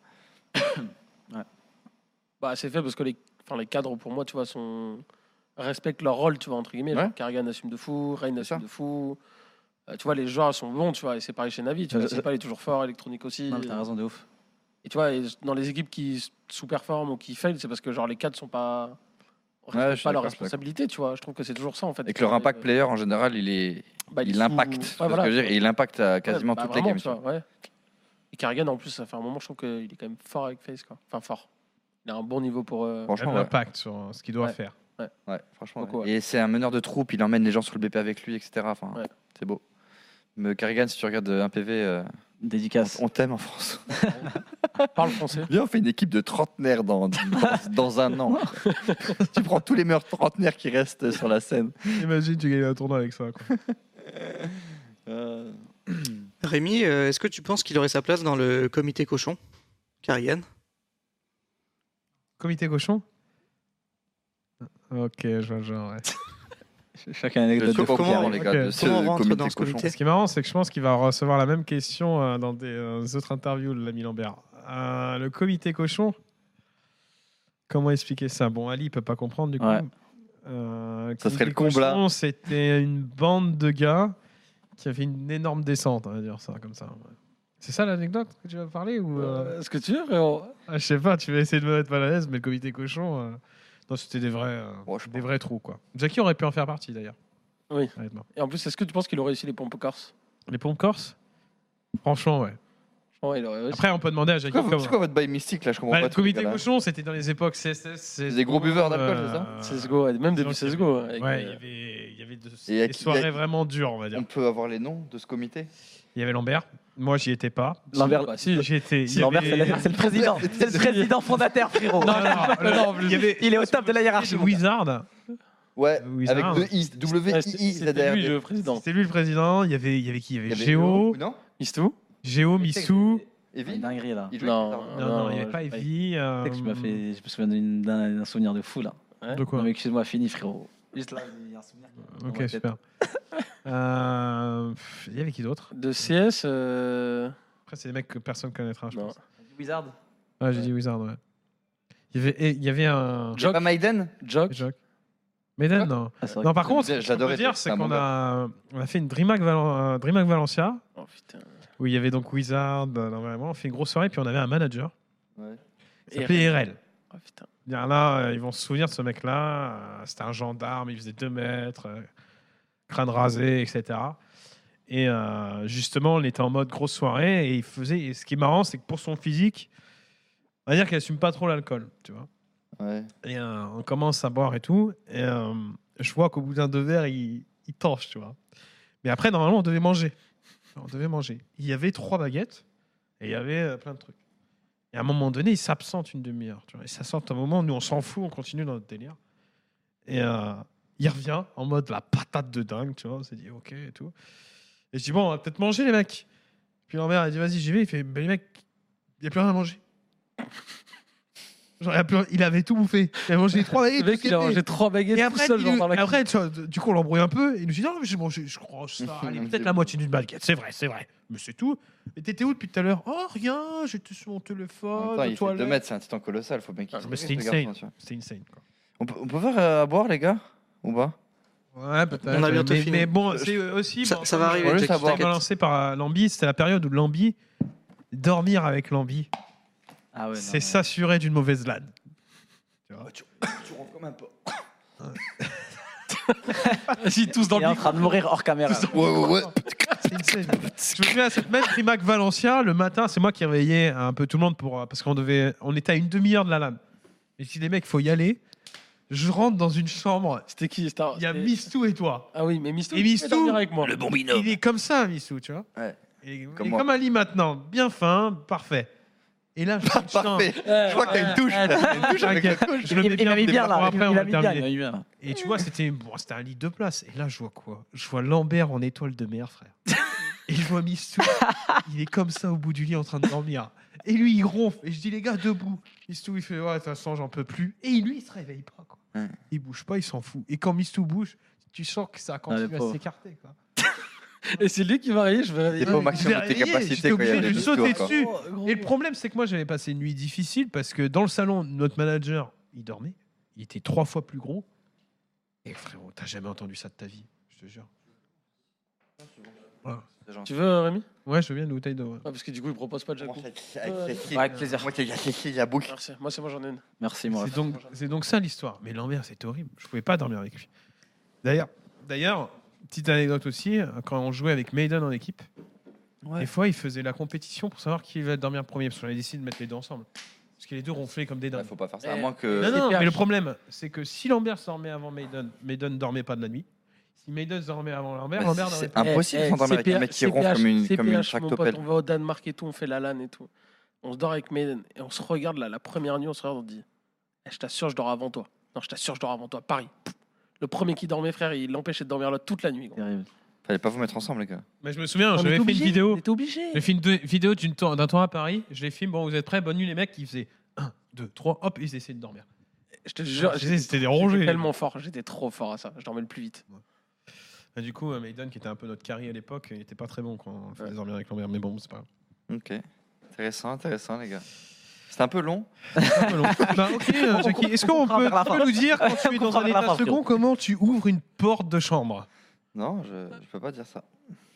Bah, c'est fait parce que les, enfin, les cadres, pour moi, tu vois, sont... respectent leur rôle, tu vois, entre guillemets. Ouais. Genre, Kerrigan assume de fou, Rain C'est ça. assume de fou. Euh, tu vois, les joueurs sont bons, tu vois, et c'est pareil chez Navi. Tu Euh, vois, euh, Sipal est toujours fort, électronique aussi. Non, mais t'as raison, de ouf. Et tu vois, et dans les équipes qui s- sous-performent ou qui fail, c'est parce que genre les cadres sont pas respectent Ouais, je suis pas leur d'accord, je suis responsabilité, tu vois. Je trouve que c'est toujours ça en fait. Euh, Et que leur impact player, en général, il, est, Bah, il, est sous- impacte. Ouais, tu vois ce voilà. que je veux dire, et il impacte à quasiment Ouais, bah, toutes vraiment, les tu games. vois, ouais. Et Kerrigan en plus, ça fait un moment, je trouve qu'il est quand même fort avec Face, quoi. Enfin fort. Il a un bon niveau pour. euh, Franchement, Même ouais. l'impact sur euh, ce qu'il doit Ouais. faire. Ouais, franchement Beaucoup, ouais. Et c'est un meneur de troupe, il emmène les gens sur le BP avec lui, etc. Enfin, Ouais. C'est beau. Mais Kerrigan, si tu regardes un PV, euh, Dédicace. on t'aime en France. Parle français. Viens, on fait une équipe de trentenaires dans, dans, dans un an. tu prends tous les meilleurs trentenaires qui restent sur la scène. Imagine, tu gagnes un tournoi avec ça. Quoi. Euh, Rémi, euh, est-ce que tu penses qu'il aurait sa place dans le comité cochon Karian Comité cochon Ok, je vois le genre. ouais. Chacun Je anecdote suis de pas au comment courant, on- les gars, ok. de ce comment on rentre comité dans ce cochon. comité Ce qui est marrant, c'est que je pense qu'il va recevoir la même question euh, dans des euh, autres interviews, l'ami Lambert. Euh, le comité cochon, comment expliquer ça Bon, Ali ne peut pas comprendre du coup. Ouais. Euh, Ça serait le comité comble, hein. là. cochon, C'était une bande de gars qui a fait une énorme descente, on va dire ça comme ça. ouais. C'est ça l'anecdote que tu vas me parler ou euh, Euh, Est-ce que tu veux frérot ah, Je sais pas, tu vas essayer de me mettre mal à l'aise, mais le comité cochon, euh, non, c'était des vrais, euh, Ouais, je sais des vrais trous quoi. Jackie aurait pu en faire partie d'ailleurs. Oui. honnêtement. Et en plus, est-ce que tu penses qu'il aurait réussi les pompes corse Les pompes corses, franchement ouais. Ouais, il aurait réussi. Après, on peut demander à Jackie C'est quoi, comment. c'est quoi votre bail mystique là Je comprends Bah, pas. le tout, les comité gars, là. cochon, c'était dans les époques CSS. C'est des gros buveurs d'alcool, c'est ça euh, CSGO, ouais, même début donc, il y avait- CSGO. avec, Ah. Ouais, il y euh, avait, il y avait de- Et à des qui- soirées y a- vraiment dures, on va dire. On peut avoir les noms de ce comité Il y avait Lambert. Moi, j'y étais pas. Lambert, bah, si. J'y étais. il y Ah, Lambert, avait- c'est le- c'est le président. C'est le président fondateur, frérot. Non, non, non, le- il y avait Il est au top de la hiérarchie. mon gars. Wizard. Ouais, Oui, avec ça, deux I, W Ouais, I I Z C'était R lui D. le président. C'était lui le président. Il y avait, il y avait qui Il y Il y avait avait Géo, Léo, Non Mistou Géo, Missou. Evie Une dinguerie, là. Il jouait Non, avec Blizzard. Non, non, il n'y avait je pas sais pas. Evie. euh, Tu sais que je, m'as fait- je me souviens d'une- d'un d'un souvenir de fou là. De quoi Non, mais excuse-moi, fini frérot. Juste là, il y a un souvenir. Ok, super. Euh, pff, Il y avait qui d'autre de CS. euh, Après, c'est des mecs que personne connaîtra, je Non. pense. Wizard Ah, j'ai dit Wizard, ouais. Il y avait, et il y avait un. Il y avait pas Maiden Jock. Jock. Maiden, non. Ah, c'est vrai Non, par Je- contre, ce qu'on j'adorais peut ce- dire, c'est c'est un qu'on bon a, on a fait une DreamHack, Valen- euh, DreamHack Valencia, Oh putain. où il y avait donc Wizard, euh, normalement, on fait une grosse soirée, puis on avait un manager, Ouais. il s'appelait RL. Oh putain. Bien Là, euh, ils vont se souvenir de ce mec-là, euh, c'était un gendarme, il faisait 2 mètres, euh, crâne rasé, etc. Et euh, justement, on était en mode grosse soirée, et il faisait, et ce qui est marrant, c'est que pour son physique, On va dire qu'elle assume pas trop l'alcool, tu vois. Ouais. Et euh, on commence à boire et tout. Et euh, je vois qu'au bout d'un deux verres, il, il torche, tu vois. Mais après, normalement, on devait manger. On devait manger. Il y avait trois baguettes et il y avait euh, plein de trucs. Et à un moment donné, il s'absente une demi-heure. Tu vois. Il s'absente un moment, nous, on s'en fout, on continue dans notre délire. Et euh, il revient en mode la patate de dingue, tu vois. On s'est dit, ok, et tout. Et je dis, bon, on va peut-être manger, les mecs. Puis l'emmerde, elle dit, vas-y, j'y vais. Il fait, ben, les mecs, il n'y a plus rien à manger. Genre, il, y a plus- il avait tout bouffé. Il avait mangé les trois baguettes. Le mec, tout ce il a qu'il était. mangé trois baguettes Et tout après, seul, il genre nous- dans la après, tu vois, du coup, on l'embrouille un peu. Et il nous dit Non, mais j'ai mangé, je crois, ça. Allez, peut-être la moitié d'une baguette. C'est vrai, c'est vrai. Mais c'est tout. Mais t'étais où depuis tout à l'heure Oh, rien, j'étais sur mon En même téléphone. temps, aux il fait toilettes. 2 mètres, c'est un titan colossal. Faut bien qu'il Ah, mais se c'est brise, ce garçon, insane. tu vois. C'était insane. Quoi. On peut, on peut faire euh, à boire, les gars Ou pas Ouais, peut-être. On a bientôt mais, fini. mais bon, c'est aussi. Ça, bon, ça va je- je arriver, voulais Jack, savoir. t'inquiète. Relancé par euh, Lambi, c'était la période où Lambi, dormir avec Lambi, Ah ouais, non, c'est mais- s'assurer d'une mauvaise lade. Tu rentres comme un peu. Vas-y, tous dans Il est le en micro. train de mourir hors caméra. Ouais, ouais, ouais. C'est insane. Je me souviens à cette même Primac Valencia, le matin, c'est moi qui réveillais un peu tout le monde pour, euh, parce qu'on devait, on était à une demi-heure de la lame. Et je dis, les mecs, faut y aller. Je rentre dans une chambre, C'était qui c'était un- il y a c'était- Mistou et toi. Ah oui, mais Mistou, Et il Mistou, peut dormir avec moi. Il est comme ça, Mistou, tu vois. Ouais. Et, il Comme est moi. comme Ali maintenant, bien fin, parfait. Et là, je change. Parfait. Je vois que t'as une touche. là. T'as une touche avec la T'inquiète, couche. je le mets il, il bien, a mis mais bien bon, là. après, Il, on il va a mis bien, il terminer. a mis bien. Et Euh. tu vois, c'était bon, c'était un lit de place. Et là, je vois quoi Je vois Lambert en étoile de mer, frère. Et je vois Mistou. il est comme ça au bout du lit en train de dormir. Et lui, il ronfle. Et je dis, les gars, debout. Mistou, il fait, ouais, de toute façon, j'en peux plus. Et lui, il se réveille pas. Quoi. Ouais. Il bouge pas, il s'en fout. Et quand Mistou bouge, tu sens que ça continue à pauvre. s'écarter. quoi. Et c'est lui qui va rayer, je vais Oh, T'es rayer. pas au Je l'ai maximum de tes réveillé, capacités j'étais quand il y obligé de a des lui sauter histoires. dessus. Et le problème, c'est que moi, j'avais passé une nuit difficile parce que dans le salon, notre manager, il dormait. Il était trois fois plus gros. Et frérot, t'as jamais entendu ça de ta vie, je te jure. Tu veux, euh, Rémi Ouais, je viens de bouteille d'eau. ouais. Ah, Parce que du coup, il propose pas de Oh, Jaco. Avec plaisir. Moi, il y a il y a bouc. Merci. Moi, c'est moi, j'en ai une. Merci, moi. C'est donc, c'est donc ça l'histoire. Mais l'envers, c'est horrible. Je pouvais pas dormir avec lui. D'ailleurs, d'ailleurs, petite anecdote aussi, quand on jouait avec Maiden en équipe, Ouais. des fois, ils faisaient la compétition pour savoir qui va dormir premier. Parce qu'on avait décidé de mettre les deux ensemble. Parce que les deux ronflaient comme des Ouais, dingues. Faut pas faire ça. À Eh, moins que. Euh, Non, non, CPH. mais le problème, c'est que si Lambert dormait avant Maiden, Maiden ne dormait pas de la nuit. Si Maiden dormait avant Lambert, Bah, Lambert c'est- dormait C'est pas. impossible de Eh, s'endormir avec un CPH, mec qui ronfle comme une, comme une CPH, mon pote, tractopelle. On va au Danemark et tout, on fait la LAN et tout. On se dort avec Maiden et on se regarde là, la première nuit, on se regarde, on dit Eh, Je t'assure, je dors avant toi. Non, je t'assure, je dors avant toi. Paris. Pouf. Le premier qui dormait, frère, il l'empêchait de dormir là toute la nuit. gros. Terrible. Fallait pas vous mettre ensemble, les gars. Mais je me souviens, On j'avais était fait une obligé, vidéo. on était obligé. J'ai fait une deux- vidéo d'une tour- d'un tour à Paris. Je les filme. Bon, vous êtes prêts Bonne nuit, les mecs. Ils faisaient 1, 2, 3, hop, ils essayaient de dormir. Je te jure, J'étais- j'étais C'était des j'étais rongés. tellement fort, j'étais trop fort à ça. Je dormais le plus vite. Et du coup, euh, Maiden, qui était un peu notre carry à l'époque, il était pas très bon quand on le faisait dormir avec Lambert. Mais bon, c'est pas grave. Ok. Intéressant, intéressant, les gars. C'était un peu long. C'est un peu long. Bah, ok, euh, Jackie, est-ce qu'on comprend peut, vers la tu peux fin. nous dire, quand tu es On dans comprend un vers la état fin, second, frérot. comment tu ouvres une porte de chambre Non, je, je peux pas dire ça.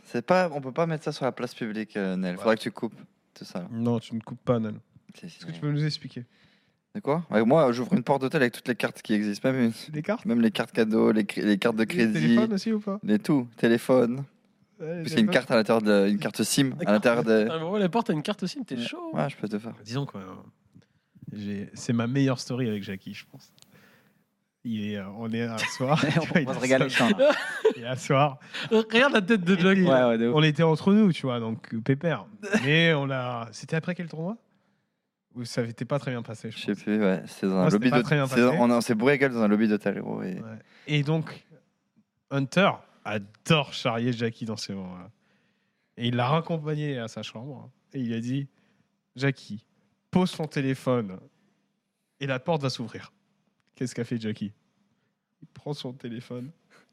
C'est pas, on peut pas mettre ça sur la place publique, euh, Nel. Faudrait que tu coupes tout ça. là. Non, tu ne coupes pas, Nan. Si, si. Est-ce que tu peux nous expliquer De quoi Ouais, Moi, j'ouvre une porte d'hôtel avec toutes les cartes qui existent, même, une- Les cartes même les cartes cadeaux, les, cr- les cartes de Les crédit, téléphones aussi ou pas les tout, téléphone. Ouais, les Parce qu'il y a une téléphones. carte à l'intérieur de, une carte SIM à l'intérieur de. Ah, mais ouais, la porte a une carte aussi, mais t'es chaud. Ouais, je peux te faire. Disons que euh, j'ai- c'est ma meilleure story avec Jackie, je pense. Il est, euh, on est à soir. tu vois, On il va est se régaler, seul, putain. là. Il est à soir. Euh, Regarde la tête de Jack. Et- Ouais, ouais, de ouf. On était entre nous, tu vois, donc euh, pépère. Mais on l'a. C'était après quel tournoi Ou ça n'était pas très bien passé, Je je sais pense. plus, ouais. C'est dans Moi, un c'était lobby pas très bien d'hôtel. C'est passé. dans- On, on s'est bourré la gueule dans un lobby d'hôtel, gros. et- Ouais. Et donc, Hunter adore charrier Jackie dans ces moments-là. Et il l'a raccompagné à sa chambre. hein. Et il a dit Jackie, pose son téléphone et la porte va s'ouvrir. Qu'est-ce qu'a fait Jackie Il prend son téléphone.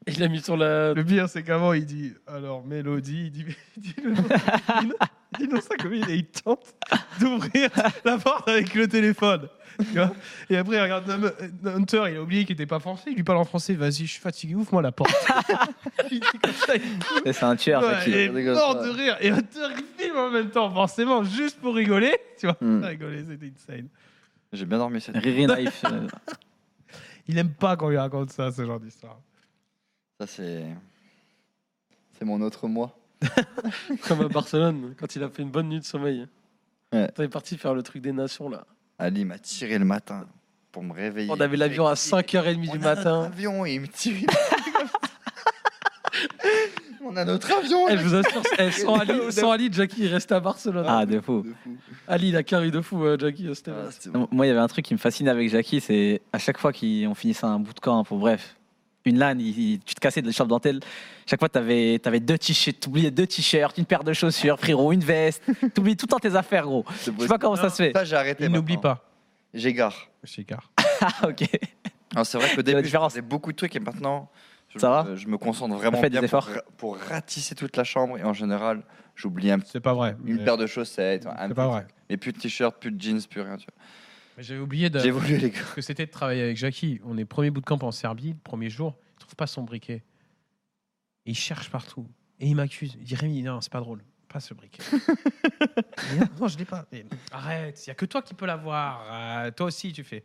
Il l'a mis sur la. Le pire, c'est qu'avant, il dit Alors, Mélodie, il dit, il dit le nom de sa copine. Il dit le nom de sa copine et il tente d'ouvrir la porte avec le téléphone. Tu vois et après, il regarde Nam- Hunter, il a oublié qu'il n'était pas français. Il lui parle en français Vas-y, je suis fatigué, ouvre-moi la porte. il dit comme ça, il Et C'est un tueur, Ouais, Jackie. il est rigole mort pas. de rire. Et Hunter, il filme en même temps, forcément, juste pour rigoler. Tu vois, Hmm. rigoler, c'était insane. J'ai bien dormi cette Riri Knife. euh, Il aime pas quand on lui raconte ça, ce genre d'histoire. Ça, c'est. C'est mon autre moi. Comme à Barcelone, quand il a fait une bonne nuit de sommeil. Ouais. T'es parti faire le truc des nations là. Ali m'a tiré le matin pour me réveiller. On avait l'avion à Il- 5h30 du on a notre matin. avion et il me tire. on a notre avion. Eh, là. je vous assure, eh, sans, Ali, sans Ali, Jackie il reste à Barcelone. Ah, de fou. De fou. Ali, il a carré de fou, euh, Jackie. euh, c'était vrai. Ah, c'était bon. Non, Moi, il y avait un truc qui me fascine avec Jackie, c'est à chaque fois qu'on finissait un bout de camp, pour bref, une LAN, il- il- tu te cassais de la chambre dentelle. Chaque fois, t'avais avais deux t-shirts, t'oubliais deux t-shirts, une paire de chaussures, frérot, une veste, t'oublies tout le temps tes affaires, gros. C'est Je sais pas comment ça se fait. Ça, j'ai arrêté. Il n'oublie maintenant. pas. J'égare. J'égare. Ah, ok. Alors, c'est vrai qu'au début, je différence. faisais beaucoup de trucs et maintenant, je, Ça va euh, je me concentre vraiment fait des bien pour, efforts ra- pour ratisser toute la chambre et en général, j'oublie un petit- C'est pas vrai. une mais paire de chaussettes, un C'est petit pas vrai. mais plus de t-shirt, plus de jeans, plus rien. tu vois. Mais J'avais oublié de... J'ai évolué, les gars. ce que c'était de travailler avec Jackie. On est premier bootcamp en Serbie, le premier jour, il trouve pas son briquet. Et il cherche partout. Et il m'accuse. Il dit Rémi, non, c'est pas drôle. Pas ce briquet. Il dit, non, non, je l'ai pas. Et, Arrête, il y a que toi qui peux l'avoir. Euh, toi aussi, tu fais.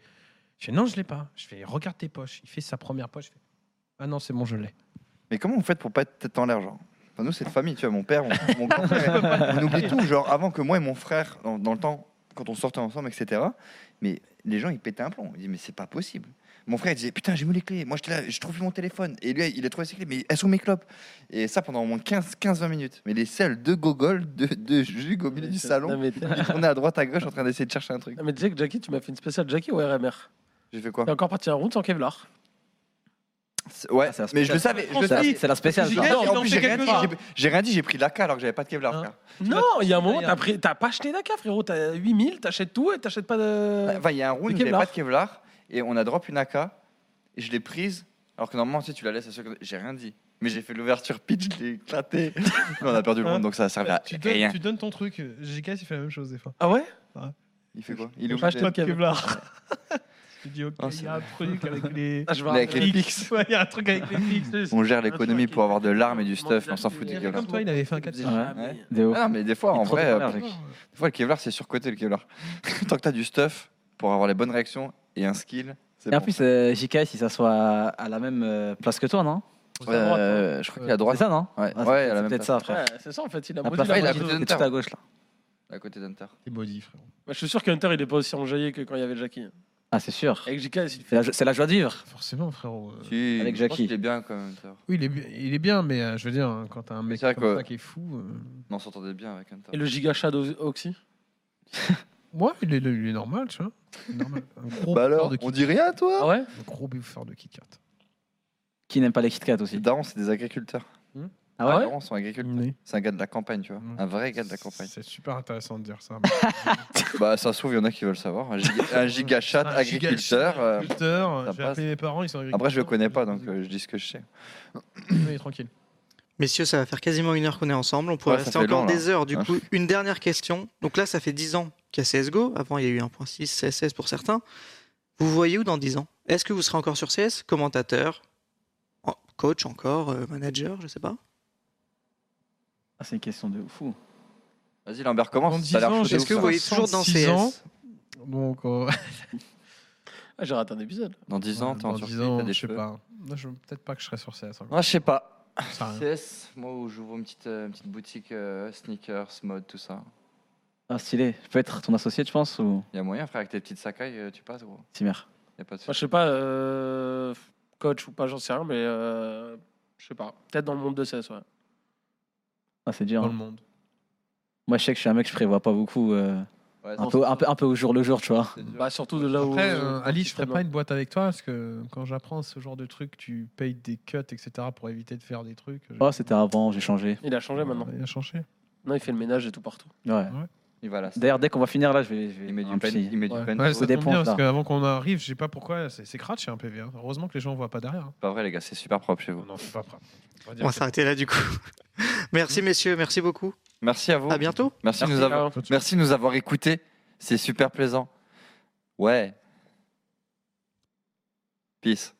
Je fais non, je l'ai pas. Je fais regarde tes poches. Il fait sa première poche. Je fais, ah non, c'est bon, je l'ai. Mais comment vous faites pour pas être tête en l'air, genre Enfin, Nous, c'est de famille, tu vois. Mon père, mon, mon grand-père, on oublie tout. Genre, avant que moi et mon frère, dans, dans le temps, quand on sortait ensemble, etc., mais les gens, ils pétaient un plomb. Ils disaient, mais c'est pas possible. Mon frère, il disait, putain, j'ai où les clés Moi, j'étais là, je trouve plus mon téléphone. Et lui, il a trouvé ses clés, mais elles sont mes clopes. Et ça pendant au moins 15-20 minutes. Mais les seuls deux gogoles, deux, deux juges au milieu du Non, salon, mais, t'es- ils tournaient à droite, à gauche en train d'essayer de chercher un truc. non, mais tu sais que Jackie, tu m'as fait une spéciale Jackie ou RMR J'ai fait quoi T'es encore parti en route sans Kevlar. C'est- Ouais, Ah, c'est un mais je le savais. spécial. Je le C'est la- savais. c'est la spéciale. J'ai ça. gagné. Non, il en en plus, fait j'ai rien, quelque dit, part. j'ai- j'ai rien dit, j'ai pris l'AK alors que j'avais pas de Kevlar, Hein frère. Non, il y a un moment, D'ailleurs. t'as pris- t'as pas acheté d'ACA, frérot. T'as 8000, t'achètes tout et t'achètes pas de. Enfin, il y a un round Le où j'avais Kevlar. pas de Kevlar et on a drop une AK et je l'ai prise. Alors que normalement, tu, sais, tu la laisses à ceux que- J'ai rien dit. Mais j'ai fait l'ouverture pitch, je l'ai éclaté. Mais on a perdu le round donc ça a servi à Tu donnes, rien. tu donnes ton truc. GK, il fait la même chose des fois. Ah ouais Il fait quoi Il est Pas acheté obligé. de Kevlar. Tu dis, ok, Ah, il c'est y a un truc avec les. Ah, je vois. Mais avec les pics. Ouais, il y a un truc avec les pics. On gère l'économie pour avoir de l'arme et du stuff, on s'en fout du Il y avait Kevlar. Comme toi, il avait fait un 4 Ouais. Ouais. De ouf. Ah non, mais des fois, Il est en trop vrai, de merde, euh, Jackie. des fois, le Kevlar, c'est surcoté le Kevlar. Tant que t'as du stuff pour avoir les bonnes réactions et un skill, c'est Et en bon. plus, euh, JK, si ça soit à, à la même euh, place que toi, non hein. Euh, je crois qu'il est à C'est droite. ça, non Ouais, Ah, c'est- ouais, à la c'est même peut-être place. ça, frère. Ouais, c'est ça en fait, il a La maudit plage, la il a moitié. maudit. c'est tout à gauche, là. à côté d'Hunter. C'est hein. maudit, frérot. Bah, Je suis sûr qu'Hunter il est pas aussi enjaillé que quand il y avait Jackie. Ah, c'est sûr. Avec JK, s'il C'est la, c'est la joie de vivre. Forcément, frérot. euh, Si, Avec je pense Jackie. qu'il est bien quand même. Hunter. Oui, il est, bi- il est bien, mais euh, je veux dire, hein, quand t'as un mec C'est vrai comme que- ça qui est fou. euh, Non, on s'entendait bien avec Hunter. Et le Giga Shadow Oxy Ouais, il est, il est normal, tu vois. Il est normal. Un gros bouffeur Bah alors, de on Kit- dit rien, toi Ah ouais un gros bouffeur de Kit Kat. Qui n'aime pas les Kit Kat Les aussi darons, c'est des agriculteurs. Ah Les ouais, darons sont agriculteurs. Oui. C'est un gars de la campagne, tu vois. Mm. Un vrai gars de la campagne. C'est super intéressant de dire ça. bah, ça se trouve, il y en a qui veulent savoir. Un, giga- un gigachat Un agriculteur. euh, Agriculteur, euh, ça j'ai passe. appelé mes parents, ils sont agriculteurs. euh, Après, je le connais pas, donc euh, je dis ce que je sais. Oui, tranquille. Messieurs, ça va faire quasiment une heure qu'on est ensemble. On pourrait Ouais, ça rester fait encore long, là. des heures. Du Hein. coup, une dernière question. Donc là, ça fait 10 ans qu'il y a CSGO. Avant, il y a eu 1.6, CSS pour certains. Vous voyez où dans 10 ans Est-ce que vous serez encore sur CS Commentateur en- Coach encore euh, Manager Je sais pas. Ah, C'est une question de fou. Vas-y, Lambert, commence. Dans Ça a l'air 10 ans, chaud de j'ai- Est-ce ouf, hein. que vous ça. voyez toujours dans 66 CS ans. Donc, euh, Ah, J'ai raté un épisode. Dans 10 ans, t'es en dans sursis, 10 ans, t'as des je sais cheveux. pas. Moi, je peut-être pas que je serai sur CS. encore. Ah, je sais pas. Ça sert à rien. CS, moi où j'ouvre une petite, euh, une petite boutique euh, sneakers, mode, tout ça. Ah, stylé. Je peux être ton associé, tu penses Ou Il y a moyen, frère, avec tes petites sacailles, euh, tu passes, gros. Timer Y a pas de Moi, je sais pas, euh, coach ou pas, j'en sais rien, mais euh, je sais pas. Peut-être dans le monde de CS, ouais. Ah, c'est dur. Dans hein. le monde. Moi, je sais que je suis un mec, je prévois pas beaucoup. euh, Ouais, un, c'est- peu, un, peu, un peu hein. au jour le jour, tu vois. c'est dur. Bah, surtout de là où. Après, où- euh, Ali, je ferai où- pas une boîte avec toi parce que quand j'apprends ce genre de truc, tu payes des cuts, etc. pour éviter de faire des trucs. Oh, c'était avant, j'ai changé. Il a changé maintenant. Il a changé. Non, il fait le ménage et tout partout. Ouais. Il va là. D'ailleurs, dès qu'on va finir là, je vais. je vais Il met un du pen. petit- Il met du Ouais. pen. Ouais, C'est ça des tombe points, bien ça. parce qu'avant qu'on arrive, je sais pas pourquoi, c'est c'est crade chez un PV. hein. Heureusement que les gens voient pas derrière. hein. pas vrai, les gars, c'est super propre chez vous. Non, c'est pas grave. va On dire va que- s'arrêter là, du coup. merci, messieurs. Merci beaucoup. Merci à vous. À bientôt. Merci, de nous avoir. Ah, Merci de nous avoir écoutés. C'est super plaisant. Ouais. Peace.